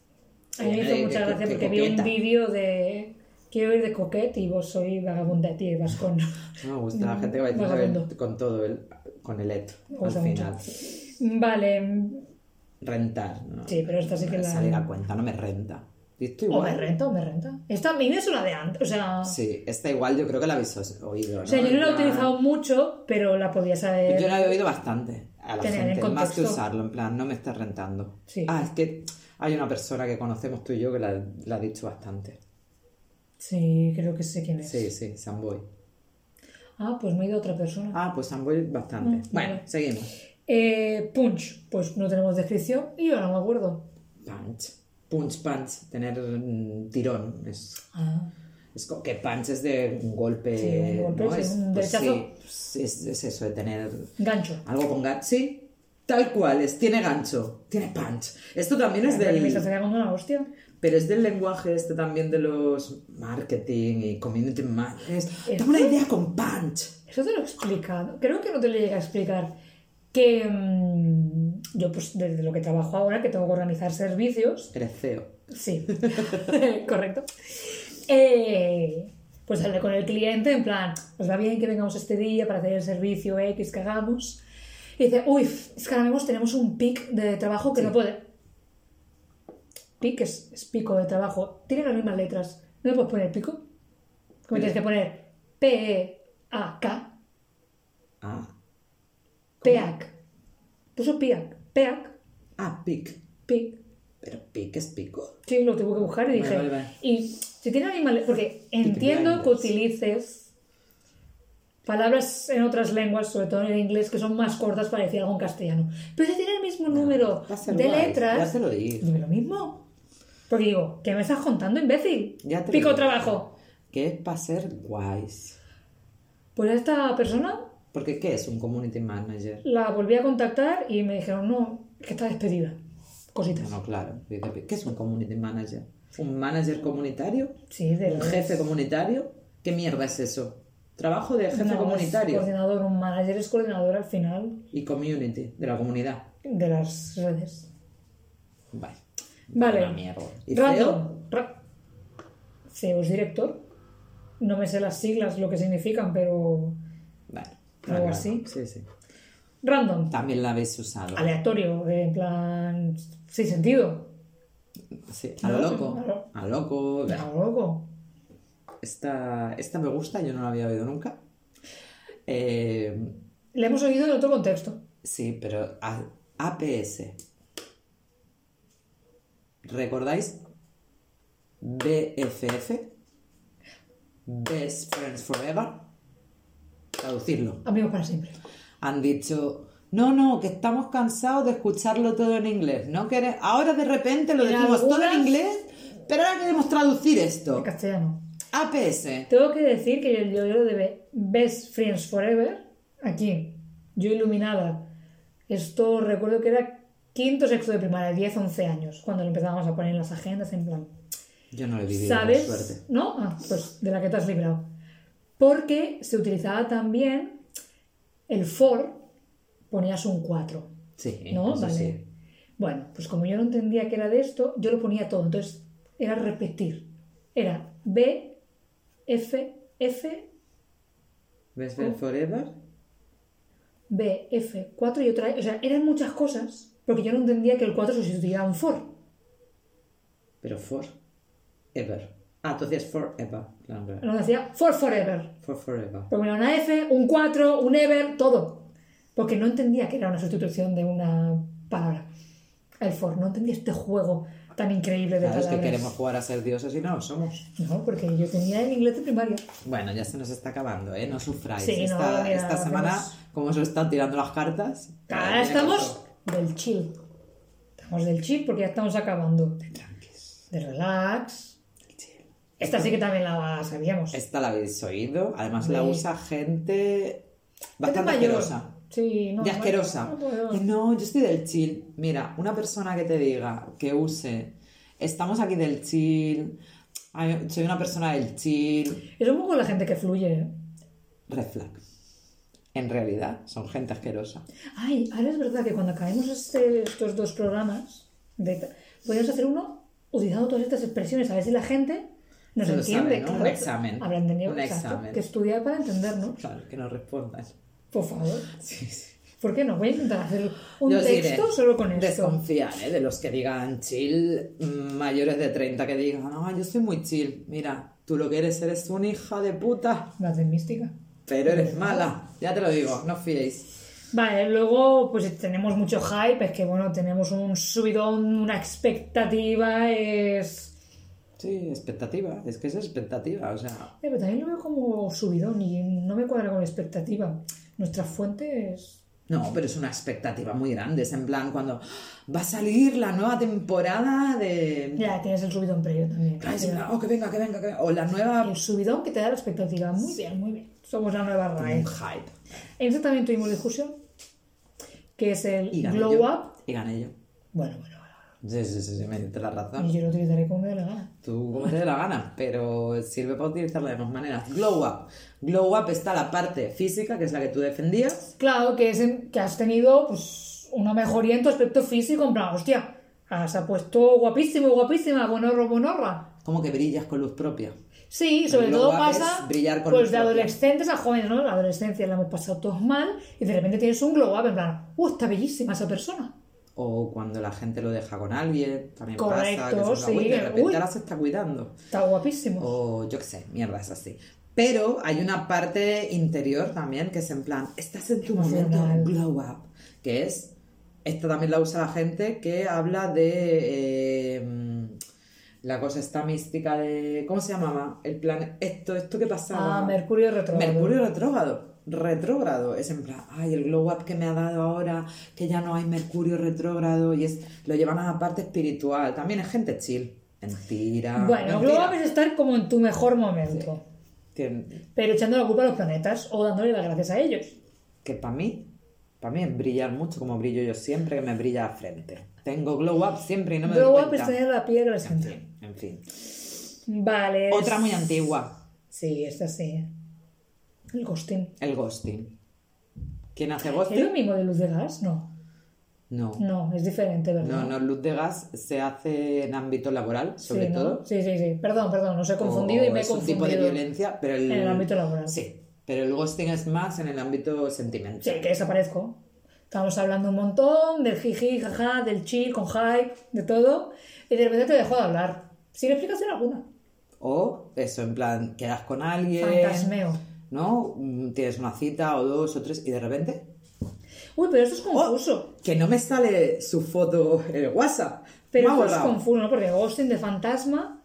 [SPEAKER 1] A mí me hizo
[SPEAKER 2] Eh,
[SPEAKER 1] mucha
[SPEAKER 2] que-
[SPEAKER 1] gracia
[SPEAKER 2] que
[SPEAKER 1] porque vi un
[SPEAKER 2] coqueta.
[SPEAKER 1] vídeo de... Quiero ir de coquet y vos soy vagabundati y vas con...
[SPEAKER 2] No me gusta la gente que va diciendo
[SPEAKER 1] Mm, Vagabundo.
[SPEAKER 2] el- con todo, el, con el et
[SPEAKER 1] Me
[SPEAKER 2] al
[SPEAKER 1] gusta mucho.
[SPEAKER 2] final.
[SPEAKER 1] Vale.
[SPEAKER 2] Rentar. ¿no?
[SPEAKER 1] Sí, pero esta sí que
[SPEAKER 2] Me
[SPEAKER 1] la-
[SPEAKER 2] Salir a cuenta, no me renta. Y esto
[SPEAKER 1] O
[SPEAKER 2] igual.
[SPEAKER 1] me renta o me renta. Esta a mí me es una de antes. O sea...
[SPEAKER 2] Sí, esta igual yo creo que la habéis os- oído. ¿no?
[SPEAKER 1] O sea, yo no la he
[SPEAKER 2] Ya-
[SPEAKER 1] utilizado mucho, pero la podía saber.
[SPEAKER 2] Yo la he oído bastante a la
[SPEAKER 1] Tener en
[SPEAKER 2] gente, más que
[SPEAKER 1] contexto.
[SPEAKER 2] usarlo, en plan, no me estás rentando.
[SPEAKER 1] Sí.
[SPEAKER 2] Ah, es que hay una persona que conocemos tú y yo que la, la ha dicho bastante.
[SPEAKER 1] Sí, creo que sé quién es.
[SPEAKER 2] Sí, sí, Samboy.
[SPEAKER 1] Ah, pues me he ido a otra persona.
[SPEAKER 2] Ah, pues Samboy bastante.
[SPEAKER 1] Mm,
[SPEAKER 2] bueno,
[SPEAKER 1] vale.
[SPEAKER 2] seguimos.
[SPEAKER 1] Eh, punch, pues no tenemos descripción y yo no me acuerdo.
[SPEAKER 2] Punch. Punch, punch. Tener mm, tirón. Es,
[SPEAKER 1] Ah,
[SPEAKER 2] es como que punch es de un golpe.
[SPEAKER 1] Sí, un golpe,
[SPEAKER 2] ¿no?
[SPEAKER 1] sí,
[SPEAKER 2] es,
[SPEAKER 1] un
[SPEAKER 2] pues
[SPEAKER 1] derechazo.
[SPEAKER 2] sí, pues es, es eso de tener
[SPEAKER 1] gancho.
[SPEAKER 2] Algo con gancho. Sí, tal cual, es, tiene gancho, tiene punch. Esto también es
[SPEAKER 1] Pero que Me estás
[SPEAKER 2] del.
[SPEAKER 1] sacando una hostia.
[SPEAKER 2] Pero es del lenguaje este también de los marketing y community managers.
[SPEAKER 1] ¿Esto?
[SPEAKER 2] Tengo una idea con punch.
[SPEAKER 1] Eso te lo he explicado. Creo que no te lo llega a explicar. Que mm, Yo, pues, desde lo que trabajo ahora, que tengo que organizar servicios,
[SPEAKER 2] Eres feo.
[SPEAKER 1] sí, correcto. Eh, pues hablé con el cliente en plan, ¿os va bien que vengamos este día para hacer el servicio X que hagamos? Y dice, uy, es que ahora mismo tenemos un pic de trabajo que no puede. Pic es, es pico de trabajo. Tiene las mismas letras. ¿No le puedes poner pico? Como tienes
[SPEAKER 2] Mira.
[SPEAKER 1] que poner E P-E-A-K.
[SPEAKER 2] Ah,
[SPEAKER 1] PEAC. Puso PEAC. PEAC.
[SPEAKER 2] ah pic.
[SPEAKER 1] PIC.
[SPEAKER 2] Pero pic es pico.
[SPEAKER 1] Sí, lo tuve que buscar y
[SPEAKER 2] Vale,
[SPEAKER 1] dije.
[SPEAKER 2] vale, vale.
[SPEAKER 1] Y si tiene animales. Porque entiendo que
[SPEAKER 2] blinders.
[SPEAKER 1] utilices palabras en otras lenguas, sobre todo en el inglés, que son más cortas para decir algo en castellano. Pero si tiene el mismo número
[SPEAKER 2] va a ser
[SPEAKER 1] de
[SPEAKER 2] guay,
[SPEAKER 1] letras.
[SPEAKER 2] Ah, ya te lo digo.
[SPEAKER 1] dime lo mismo. Porque digo, ¿qué me estás contando, imbécil?
[SPEAKER 2] Ya te lo
[SPEAKER 1] Pico
[SPEAKER 2] digo.
[SPEAKER 1] trabajo.
[SPEAKER 2] Que es para ser guays.
[SPEAKER 1] Pues a esta persona
[SPEAKER 2] Porque ¿qué es un community manager?
[SPEAKER 1] la volví a contactar y me dijeron, no, que está despedida. Cositas.
[SPEAKER 2] Bueno, Ah, claro. dice pic. ¿Qué es un community manager? ¿Un manager comunitario?
[SPEAKER 1] Sí, de
[SPEAKER 2] ¿Un jefe comunitario? ¿Qué mierda es eso? Trabajo de jefe
[SPEAKER 1] No, es
[SPEAKER 2] comunitario
[SPEAKER 1] coordinador, un manager es coordinador al final
[SPEAKER 2] y community, de la comunidad.
[SPEAKER 1] de las redes.
[SPEAKER 2] Vale.
[SPEAKER 1] Vale.
[SPEAKER 2] Una mierda. ¿Y E feo?
[SPEAKER 1] Random. Ra- CEO es director. No me sé las siglas, lo que significan, pero.
[SPEAKER 2] Vale.
[SPEAKER 1] Algo
[SPEAKER 2] Vale,
[SPEAKER 1] así.
[SPEAKER 2] vale. Sí, sí.
[SPEAKER 1] Random.
[SPEAKER 2] También la habéis usado.
[SPEAKER 1] Aleatorio, en plan. Sin sentido.
[SPEAKER 2] Sí, a lo
[SPEAKER 1] No,
[SPEAKER 2] loco.
[SPEAKER 1] no.
[SPEAKER 2] A lo loco.
[SPEAKER 1] Algo loco.
[SPEAKER 2] Esta, esta me gusta, yo no la había oído nunca. Eh,
[SPEAKER 1] Le hemos oído en otro contexto.
[SPEAKER 2] sí, pero a- APS. ¿Recordáis? BFF. Best Friends Forever. Traducirlo.
[SPEAKER 1] Amigos para siempre.
[SPEAKER 2] Han dicho, no, no, que estamos cansados de escucharlo todo en inglés. No quere- Ahora de repente lo
[SPEAKER 1] En
[SPEAKER 2] decimos todo en
[SPEAKER 1] algunas-
[SPEAKER 2] inglés, pero ahora queremos traducir esto.
[SPEAKER 1] En castellano.
[SPEAKER 2] APS.
[SPEAKER 1] Tengo que decir que yo, yo, yo lo de Be- Best Friends Forever, aquí, yo iluminada, esto recuerdo que era quinto, sexto de primaria, 10, 11 años, cuando lo empezábamos a poner en las agendas, en plan,
[SPEAKER 2] Yo no lo he vivido,
[SPEAKER 1] ¿sabes?
[SPEAKER 2] por suerte.
[SPEAKER 1] ¿No? Ah, pues de la que te has librado. Porque se utilizaba también el for, ponías un 4,
[SPEAKER 2] Sí,
[SPEAKER 1] ¿no?
[SPEAKER 2] eso
[SPEAKER 1] Vale.
[SPEAKER 2] sí.
[SPEAKER 1] Bueno, pues como yo no entendía que era de esto, yo lo ponía todo, entonces era repetir. Era B, F, F,
[SPEAKER 2] Best Friend Forever.
[SPEAKER 1] B, F, 4 y otra. E. O sea, eran muchas cosas, porque yo no entendía que el 4 sustituía a un for.
[SPEAKER 2] Pero forever. Ah, entonces forever. Claro, claro.
[SPEAKER 1] No decía for forever.
[SPEAKER 2] For forever.
[SPEAKER 1] Porque era una F, un 4, un ever, todo. Porque no entendía que era una sustitución de una palabra. El for. No entendía este juego tan increíble de
[SPEAKER 2] Claro, es que
[SPEAKER 1] palabras.
[SPEAKER 2] queremos jugar a ser dioses y no lo somos.
[SPEAKER 1] No, porque yo tenía en inglés de primaria.
[SPEAKER 2] Bueno, ya se nos está acabando, ¿eh? No sufráis.
[SPEAKER 1] Sí, no,
[SPEAKER 2] esta,
[SPEAKER 1] mira,
[SPEAKER 2] esta semana,
[SPEAKER 1] vemos.
[SPEAKER 2] como se os están tirando las cartas.
[SPEAKER 1] Ahora
[SPEAKER 2] eh,
[SPEAKER 1] estamos del chill. Estamos del chill porque ya estamos acabando.
[SPEAKER 2] Tranquis.
[SPEAKER 1] De relax. Esta sí que también la sabíamos.
[SPEAKER 2] Esta la habéis oído. Además la
[SPEAKER 1] Sí.
[SPEAKER 2] usa gente
[SPEAKER 1] Gente
[SPEAKER 2] bastante
[SPEAKER 1] mayor.
[SPEAKER 2] asquerosa.
[SPEAKER 1] Sí, no.
[SPEAKER 2] y
[SPEAKER 1] no,
[SPEAKER 2] asquerosa.
[SPEAKER 1] no puedo.
[SPEAKER 2] No, yo estoy del chill. Mira, una persona que te diga que use, estamos aquí del chill, ay, soy una persona del chill,
[SPEAKER 1] Es un poco la gente que fluye. ¿eh?
[SPEAKER 2] red flag. En realidad, son gente asquerosa.
[SPEAKER 1] Ay, ahora es verdad que cuando acabemos este- estos dos programas, de, podríamos hacer uno utilizando todas estas expresiones, a ver si la gente nos
[SPEAKER 2] Se lo
[SPEAKER 1] entiende.
[SPEAKER 2] sabe, ¿no? Un
[SPEAKER 1] claro.
[SPEAKER 2] examen.
[SPEAKER 1] Habrá entendido
[SPEAKER 2] Un
[SPEAKER 1] exacto,
[SPEAKER 2] examen.
[SPEAKER 1] Que estudiar para entendernos.
[SPEAKER 2] Claro, que no respondan.
[SPEAKER 1] Por favor.
[SPEAKER 2] Sí, sí.
[SPEAKER 1] ¿Por qué no? Voy a intentar hacer un
[SPEAKER 2] Yo os diré,
[SPEAKER 1] texto solo con esto.
[SPEAKER 2] Desconfiar, ¿eh? De los que digan chill, mm, mayores de 30 que digan, no, yo soy muy chill. Mira, tú lo que eres, eres una hija de puta,
[SPEAKER 1] Más de mística.
[SPEAKER 2] pero eres mala. Ya te lo digo, no os fiéis.
[SPEAKER 1] Vale, luego pues tenemos mucho hype, es que bueno, tenemos un subidón, una expectativa, es...
[SPEAKER 2] Sí, expectativa, es que es expectativa, o sea,
[SPEAKER 1] Eh, pero también lo veo como subidón y no me cuadra con la expectativa. Nuestras fuentes.
[SPEAKER 2] No, pero es una expectativa muy grande. Es en plan cuando "Ah, va a salir la nueva temporada de.
[SPEAKER 1] Ya, tienes el subidón previo también.
[SPEAKER 2] Ay, es en
[SPEAKER 1] Ya.
[SPEAKER 2] plan, oh, que venga, que venga, que venga. O la nueva.
[SPEAKER 1] El subidón que te da la expectativa. Muy bien, muy bien. Somos la nueva
[SPEAKER 2] Un
[SPEAKER 1] RAE.
[SPEAKER 2] hype.
[SPEAKER 1] En eso también tuvimos discusión, que es el
[SPEAKER 2] Y gané
[SPEAKER 1] glow
[SPEAKER 2] yo.
[SPEAKER 1] up.
[SPEAKER 2] Y gané yo. Mm.
[SPEAKER 1] Bueno, bueno, bueno.
[SPEAKER 2] Sí, sí, sí, sí, me diste la
[SPEAKER 1] Y
[SPEAKER 2] razón.
[SPEAKER 1] yo lo utilizaré como me dé la gana.
[SPEAKER 2] Tú como te dé la gana, pero sirve para utilizarla de más maneras. Glow up. Glow up está la parte física, que es la que tú defendías.
[SPEAKER 1] Claro, que es en- que has tenido, pues, una mejoría en tu aspecto físico, en plan, hostia, ah, se ha puesto guapísimo, guapísima, buenorro, buenorra.
[SPEAKER 2] Como que brillas con luz propia.
[SPEAKER 1] Sí, sobre
[SPEAKER 2] Lo
[SPEAKER 1] todo
[SPEAKER 2] guapo es
[SPEAKER 1] pasa
[SPEAKER 2] brillar con
[SPEAKER 1] pues
[SPEAKER 2] luz
[SPEAKER 1] de
[SPEAKER 2] propia.
[SPEAKER 1] adolescentes a jóvenes, ¿no? La adolescencia la hemos pasado todos mal y de repente tienes un glow up en plan, ¡uh, está bellísima esa persona!
[SPEAKER 2] O cuando la gente lo deja con alguien, también pasa.
[SPEAKER 1] Correcto,
[SPEAKER 2] Que se habla, "Uy,
[SPEAKER 1] sí,
[SPEAKER 2] de repente
[SPEAKER 1] uy".
[SPEAKER 2] ahora se está cuidando.
[SPEAKER 1] Está guapísimo.
[SPEAKER 2] O yo qué sé, mierda, es así. Pero hay una parte interior también que es en plan, estás en tu momento
[SPEAKER 1] Emocional.
[SPEAKER 2] glow up, que es, esta también la usa la gente que habla de eh, mm, la cosa esta mística de, ¿cómo se llamaba? El plan, esto, esto que pasaba.
[SPEAKER 1] Ah, Mercurio retrógrado.
[SPEAKER 2] Mercurio retrógrado. Retrógrado. Es en plan, ay, el glow up que me ha dado ahora, que ya no hay Mercurio retrógrado. Y es, lo llevan a la parte espiritual. También es gente chill. Mentira.
[SPEAKER 1] Bueno, el glow
[SPEAKER 2] ah, mentira.
[SPEAKER 1] up es estar como en tu mejor momento,
[SPEAKER 2] Que,
[SPEAKER 1] pero echando la culpa a los planetas o dándole las gracias a ellos.
[SPEAKER 2] para mí, para mí es brillar mucho como brillo yo siempre, que me brilla la frente. Tengo glow up siempre y no me
[SPEAKER 1] glow
[SPEAKER 2] doy
[SPEAKER 1] up es
[SPEAKER 2] cuenta.
[SPEAKER 1] tener la piel
[SPEAKER 2] En
[SPEAKER 1] grasante.
[SPEAKER 2] fin, en fin.
[SPEAKER 1] Vale.
[SPEAKER 2] Otra muy antigua,
[SPEAKER 1] Sí, esta sí. El ghosting.
[SPEAKER 2] el ghosting. ¿Quién hace
[SPEAKER 1] ¿Es lo
[SPEAKER 2] ghosting?
[SPEAKER 1] mismo de luz de gas? No.
[SPEAKER 2] No.
[SPEAKER 1] No, es diferente, ¿verdad?
[SPEAKER 2] No, no, luz de gas se hace en ámbito laboral, sobre
[SPEAKER 1] sí, ¿no?
[SPEAKER 2] todo.
[SPEAKER 1] Sí, sí, sí. Perdón, perdón, no os he confundido
[SPEAKER 2] O
[SPEAKER 1] y me he
[SPEAKER 2] es un
[SPEAKER 1] confundido.
[SPEAKER 2] tipo de violencia, pero el,
[SPEAKER 1] en el ámbito laboral.
[SPEAKER 2] Sí, pero el ghosting es más en el ámbito sentimental.
[SPEAKER 1] Sí, que desaparezco. Estábamos hablando un montón del jiji, jaja, del chill, con hype, de todo. Y de repente te dejo de hablar. Sin explicación alguna.
[SPEAKER 2] O eso, en plan, quedas con alguien,
[SPEAKER 1] Fantasmeo.
[SPEAKER 2] ¿no? Mm, Tienes una cita o dos o tres y de repente...
[SPEAKER 1] Uy, pero esto es
[SPEAKER 2] ¡oh!
[SPEAKER 1] confuso.
[SPEAKER 2] que no me sale su foto en el WhatsApp.
[SPEAKER 1] pero
[SPEAKER 2] me ha
[SPEAKER 1] esto es
[SPEAKER 2] borrado.
[SPEAKER 1] confuso, ¿no? Porque ghosting de fantasma.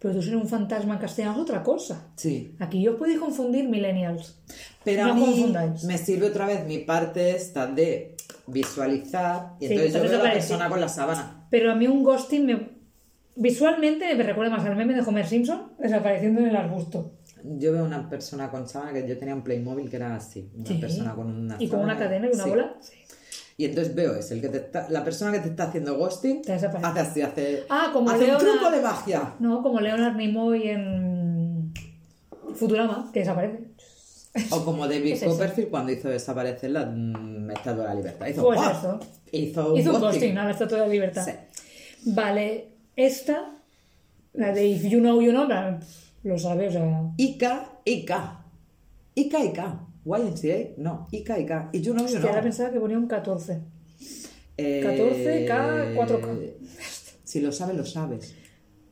[SPEAKER 1] Pero tú ser un fantasma en castellano es otra cosa.
[SPEAKER 2] Sí.
[SPEAKER 1] Aquí os podéis confundir millennials.
[SPEAKER 2] Pero
[SPEAKER 1] No
[SPEAKER 2] a mí
[SPEAKER 1] confundáis.
[SPEAKER 2] me sirve otra vez mi parte esta de visualizar y
[SPEAKER 1] Sí,
[SPEAKER 2] entonces yo
[SPEAKER 1] entonces
[SPEAKER 2] veo a la
[SPEAKER 1] aparece.
[SPEAKER 2] persona con la sábana.
[SPEAKER 1] Pero a mí un ghosting me... visualmente me recuerda más al meme de Homer Simpson desapareciendo en el arbusto.
[SPEAKER 2] Yo veo una persona con sábana que yo tenía un Playmobil que era así. Una
[SPEAKER 1] Sí.
[SPEAKER 2] persona con una
[SPEAKER 1] Y con una
[SPEAKER 2] sábana,
[SPEAKER 1] cadena y una
[SPEAKER 2] sí.
[SPEAKER 1] bola.
[SPEAKER 2] Y entonces veo es el que te está- la persona que te está haciendo ghosting
[SPEAKER 1] Te desaparece.
[SPEAKER 2] hace así, hace,
[SPEAKER 1] Ah, como
[SPEAKER 2] hace un
[SPEAKER 1] Leonard-
[SPEAKER 2] truco de magia.
[SPEAKER 1] No, como Leonard Nimoy en Futurama, que desaparece.
[SPEAKER 2] O como David
[SPEAKER 1] Es eso.
[SPEAKER 2] Copperfield cuando hizo desaparecer la mm, Estatua de la Libertad. Hizo,
[SPEAKER 1] Pues
[SPEAKER 2] ¡guau!
[SPEAKER 1] eso.
[SPEAKER 2] hizo un
[SPEAKER 1] Hizo un
[SPEAKER 2] ghosting.
[SPEAKER 1] ghosting a la Estatua de la Libertad.
[SPEAKER 2] Sí.
[SPEAKER 1] Vale, esta, la de If You Know You Know, la- lo sabes, o sea,
[SPEAKER 2] Ica, Ica. Ica, Ica. YMCA, no. Ica, Ica. Y yo no, yo
[SPEAKER 1] que ahora
[SPEAKER 2] no.
[SPEAKER 1] pensaba que ponía un 14.
[SPEAKER 2] Eh,
[SPEAKER 1] 14K, 4K.
[SPEAKER 2] Si lo sabes, lo sabes.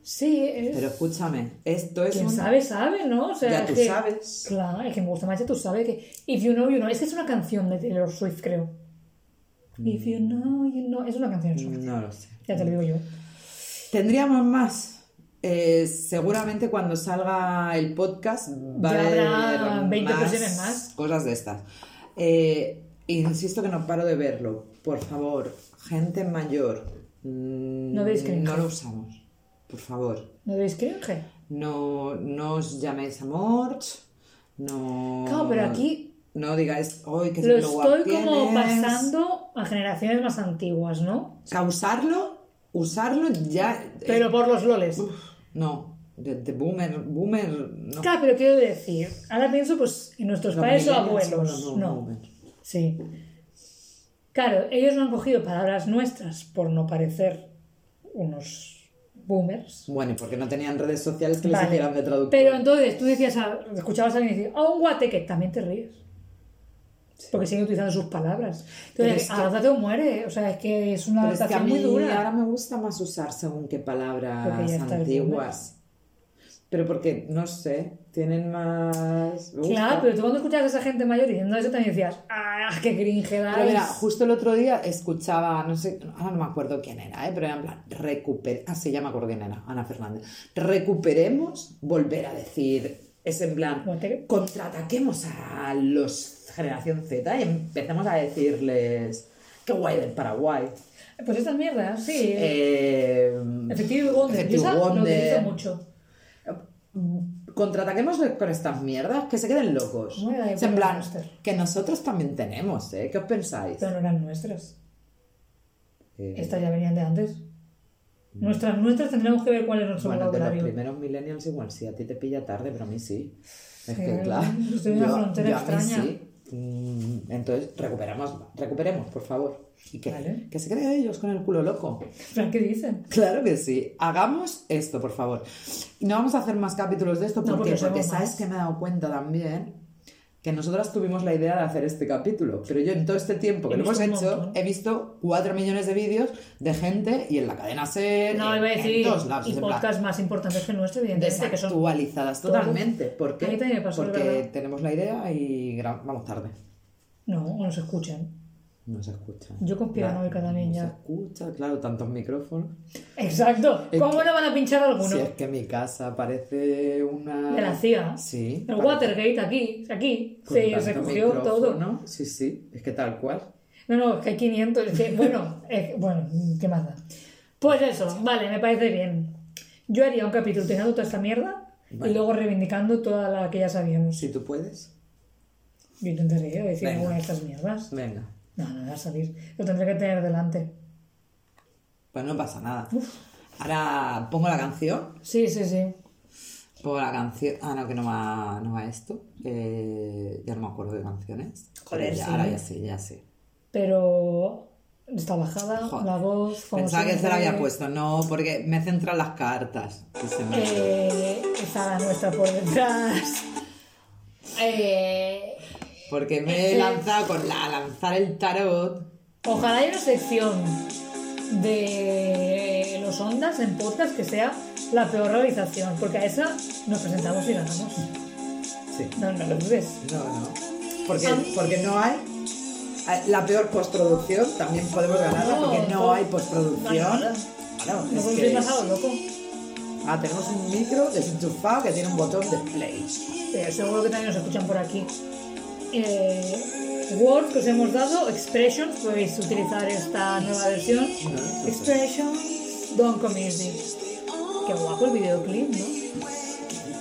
[SPEAKER 1] Sí, es...
[SPEAKER 2] Pero escúchame, esto es
[SPEAKER 1] Quien
[SPEAKER 2] un...
[SPEAKER 1] sabe, sabe, ¿no? O sea,
[SPEAKER 2] Ya
[SPEAKER 1] es
[SPEAKER 2] tú
[SPEAKER 1] que-
[SPEAKER 2] sabes.
[SPEAKER 1] Claro, es que me gusta más, ya tú sabes que. If you know, you know. Es que es una canción de Taylor Swift, creo. If you
[SPEAKER 2] Mm.
[SPEAKER 1] know, you know. Es una canción de Swift.
[SPEAKER 2] No lo sé.
[SPEAKER 1] Ya te lo digo yo.
[SPEAKER 2] Tendríamos más. Eh, seguramente cuando salga el podcast va
[SPEAKER 1] Ya
[SPEAKER 2] a
[SPEAKER 1] habrá
[SPEAKER 2] haber
[SPEAKER 1] 20 versiones más.
[SPEAKER 2] Cosas de estas. Eh, insisto que no paro de verlo. Por favor, gente mayor. mm,
[SPEAKER 1] No veis que-
[SPEAKER 2] No lo usamos. Por favor.
[SPEAKER 1] ¿No veis cringe?
[SPEAKER 2] No, no os llaméis amor. No.
[SPEAKER 1] Claro, pero aquí
[SPEAKER 2] No digáis, hoy Oh, que
[SPEAKER 1] lo estoy como pasando a generaciones más antiguas, ¿no?
[SPEAKER 2] Causarlo, usarlo ya.
[SPEAKER 1] Pero por los loles.
[SPEAKER 2] No, de, de boomer, boomer, no.
[SPEAKER 1] Claro, pero quiero decir, ahora pienso pues en nuestros
[SPEAKER 2] Los
[SPEAKER 1] padres o
[SPEAKER 2] millennials
[SPEAKER 1] abuelos.
[SPEAKER 2] son los
[SPEAKER 1] No.
[SPEAKER 2] boomers.
[SPEAKER 1] Sí. Claro, ellos no han cogido palabras nuestras por no parecer unos boomers.
[SPEAKER 2] Bueno, y porque no tenían redes sociales que les
[SPEAKER 1] Vale.
[SPEAKER 2] hicieran de traductor.
[SPEAKER 1] Pero entonces tú decías, a- escuchabas a alguien decir, a un guate que también te ríes. Porque siguen utilizando sus palabras.
[SPEAKER 2] Pero es
[SPEAKER 1] Entonces,
[SPEAKER 2] que-
[SPEAKER 1] adáptate o muere. O sea, es que es una
[SPEAKER 2] Pero es que a
[SPEAKER 1] adaptación
[SPEAKER 2] mí
[SPEAKER 1] muy
[SPEAKER 2] ahora
[SPEAKER 1] dura.
[SPEAKER 2] me gusta más usar según qué
[SPEAKER 1] Porque
[SPEAKER 2] palabras
[SPEAKER 1] ya está el
[SPEAKER 2] antiguas. Pero porque, no sé, tienen más... me gusta.
[SPEAKER 1] Claro, pero tú cuando escuchabas a esa gente mayor diciendo eso también decías, ¡ah, qué gringe dais!
[SPEAKER 2] Pero mira, justo el otro día escuchaba, no sé, ahora no me acuerdo quién era, ¿eh? pero era en plan, recuper... Ah, sí, ya me acuerdo quién era, Ana Fernández. Recuperemos, volver a decir, es en plan,
[SPEAKER 1] Guate.
[SPEAKER 2] contraataquemos a los generación Z y empecemos a decirles, qué guay del Paraguay.
[SPEAKER 1] Pues estas mierdas, sí.
[SPEAKER 2] Eh,
[SPEAKER 1] Efectivo y Wonder.
[SPEAKER 2] Efectivo
[SPEAKER 1] Yo esa lo
[SPEAKER 2] Wonder.
[SPEAKER 1] utilizo mucho.
[SPEAKER 2] contraataquemos con estas mierdas, que se queden locos.
[SPEAKER 1] Muy bien,
[SPEAKER 2] Es en plan,
[SPEAKER 1] Monster.
[SPEAKER 2] que nosotros también tenemos, ¿eh? ¿Qué os pensáis?
[SPEAKER 1] Pero no eran nuestras.
[SPEAKER 2] Eh,
[SPEAKER 1] Estas ya venían de antes. Nuestras, nuestras tendremos que ver cuál es nuestro
[SPEAKER 2] Bueno, de los
[SPEAKER 1] vocabulario.
[SPEAKER 2] primeros millennials igual sí, a ti te pilla tarde, pero a mí sí.
[SPEAKER 1] Sí,
[SPEAKER 2] Es que claro.
[SPEAKER 1] estoy en una frontera
[SPEAKER 2] a mí
[SPEAKER 1] extraña.
[SPEAKER 2] sí. Mm, Entonces, recuperamos, recuperemos, por favor. Y que,
[SPEAKER 1] Vale.
[SPEAKER 2] que se creen ellos con el culo loco.
[SPEAKER 1] ¿Para qué dicen?
[SPEAKER 2] Claro que sí. Hagamos esto, por favor. Y no vamos a hacer más capítulos de esto
[SPEAKER 1] No,
[SPEAKER 2] ¿por qué?
[SPEAKER 1] porque somos
[SPEAKER 2] porque sabes
[SPEAKER 1] más.
[SPEAKER 2] que me he dado cuenta también que nosotras tuvimos la idea de hacer este capítulo, pero yo en todo este tiempo que
[SPEAKER 1] He
[SPEAKER 2] lo hemos
[SPEAKER 1] visto un
[SPEAKER 2] hecho
[SPEAKER 1] montón.
[SPEAKER 2] he visto cuatro millones de vídeos de gente y en la cadena SER,
[SPEAKER 1] No,
[SPEAKER 2] en,
[SPEAKER 1] iba a
[SPEAKER 2] en
[SPEAKER 1] decir,
[SPEAKER 2] todos lados,
[SPEAKER 1] y
[SPEAKER 2] es en plan,
[SPEAKER 1] podcasts más importantes que el nuestro, evidentemente, que son...
[SPEAKER 2] desactualizadas
[SPEAKER 1] Todo.
[SPEAKER 2] totalmente. ¿Por qué?
[SPEAKER 1] A mí también me pasó,
[SPEAKER 2] porque
[SPEAKER 1] ¿verdad?
[SPEAKER 2] tenemos la idea y gra- vamos tarde.
[SPEAKER 1] No, o nos escuchan.
[SPEAKER 2] No se escucha.
[SPEAKER 1] Yo con paranoica también
[SPEAKER 2] no
[SPEAKER 1] ya.
[SPEAKER 2] se escucha, claro, tantos micrófonos.
[SPEAKER 1] Exacto.
[SPEAKER 2] Es
[SPEAKER 1] ¿Cómo
[SPEAKER 2] que-
[SPEAKER 1] no van a pinchar alguno?
[SPEAKER 2] Si es que mi casa parece una...
[SPEAKER 1] De la CIA.
[SPEAKER 2] Sí.
[SPEAKER 1] El
[SPEAKER 2] parece-
[SPEAKER 1] Watergate aquí, aquí,
[SPEAKER 2] con
[SPEAKER 1] se,
[SPEAKER 2] tanto
[SPEAKER 1] se cogió
[SPEAKER 2] micrófono,
[SPEAKER 1] todo. ¿no?
[SPEAKER 2] ¿no? Sí, sí, es que tal cual.
[SPEAKER 1] no, es que hay 500, es que, bueno, es que- bueno, ¿qué más da? Pues eso, vale, me parece bien. Yo haría un capítulo tirando toda esta mierda
[SPEAKER 2] Vale.
[SPEAKER 1] y luego reivindicando toda la que ya sabíamos.
[SPEAKER 2] Si tú puedes,
[SPEAKER 1] Yo intentaría decir
[SPEAKER 2] Venga.
[SPEAKER 1] alguna de estas mierdas.
[SPEAKER 2] venga.
[SPEAKER 1] No, no, va a salir. Lo tendré que tener delante.
[SPEAKER 2] Pues no pasa nada. Ahora pongo la canción.
[SPEAKER 1] Sí, sí, sí.
[SPEAKER 2] Pongo la canción. Ah, no, que no va, no va esto. Eh, ya no me acuerdo de canciones.
[SPEAKER 1] Joder,
[SPEAKER 2] ya,
[SPEAKER 1] sí.
[SPEAKER 2] Ahora ya sí, ya sí.
[SPEAKER 1] Pero está bajada,
[SPEAKER 2] Joder.
[SPEAKER 1] la voz... como
[SPEAKER 2] Pensaba que se la
[SPEAKER 1] siempre.
[SPEAKER 2] había puesto. No, porque me centran las cartas. que se me-
[SPEAKER 1] Eh, está la nuestra por detrás. Eh,
[SPEAKER 2] Porque me he
[SPEAKER 1] eh.
[SPEAKER 2] lanzado con la, a lanzar el tarot.
[SPEAKER 1] Ojalá haya una sección de los ondas en podcast que sea la peor realización, porque a esa nos presentamos y ganamos.
[SPEAKER 2] Sí.
[SPEAKER 1] No, no lo dudes.
[SPEAKER 2] No, no. Porque, porque no hay hay la peor postproducción, también podemos ganarla
[SPEAKER 1] No,
[SPEAKER 2] porque no
[SPEAKER 1] no.
[SPEAKER 2] hay postproducción.
[SPEAKER 1] Ganarla.
[SPEAKER 2] Claro,
[SPEAKER 1] No
[SPEAKER 2] es
[SPEAKER 1] os
[SPEAKER 2] que
[SPEAKER 1] habéis pasado, loco.
[SPEAKER 2] Ah, tenemos un micro desenchufado que tiene un botón de play.
[SPEAKER 1] Pero Eh, seguro que también nos escuchan por aquí. Eh, Words que os hemos dado, Expressions, podéis utilizar esta nueva versión.
[SPEAKER 2] No,
[SPEAKER 1] Expressions, Don't Come Easy. Qué guapo el videoclip, ¿no?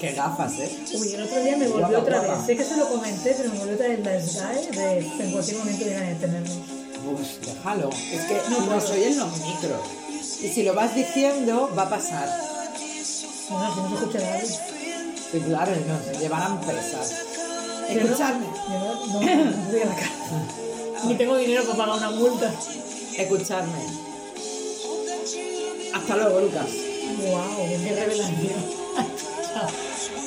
[SPEAKER 2] Qué gafas, ¿eh?
[SPEAKER 1] Uy, el otro día me volvió
[SPEAKER 2] Guapa,
[SPEAKER 1] otra
[SPEAKER 2] guapa.
[SPEAKER 1] vez. Sé que se lo comenté, pero me volvió otra vez la SGAE de en cualquier momento llegan a tenernos.
[SPEAKER 2] Uf, Pues déjalo. Es que
[SPEAKER 1] No
[SPEAKER 2] no,
[SPEAKER 1] puedo.
[SPEAKER 2] soy en los micros. Y si lo vas diciendo, va a pasar.
[SPEAKER 1] Bueno, si no se escucha nada.
[SPEAKER 2] Sí, claro, y nos llevarán presas.
[SPEAKER 1] Pero no-
[SPEAKER 2] Escuchadme,
[SPEAKER 1] yo No, no, no estoy en la cara. Ni tengo dinero para pagar una multa.
[SPEAKER 2] escuchadme. Hasta luego, Lucas.
[SPEAKER 1] Wow, qué revelación.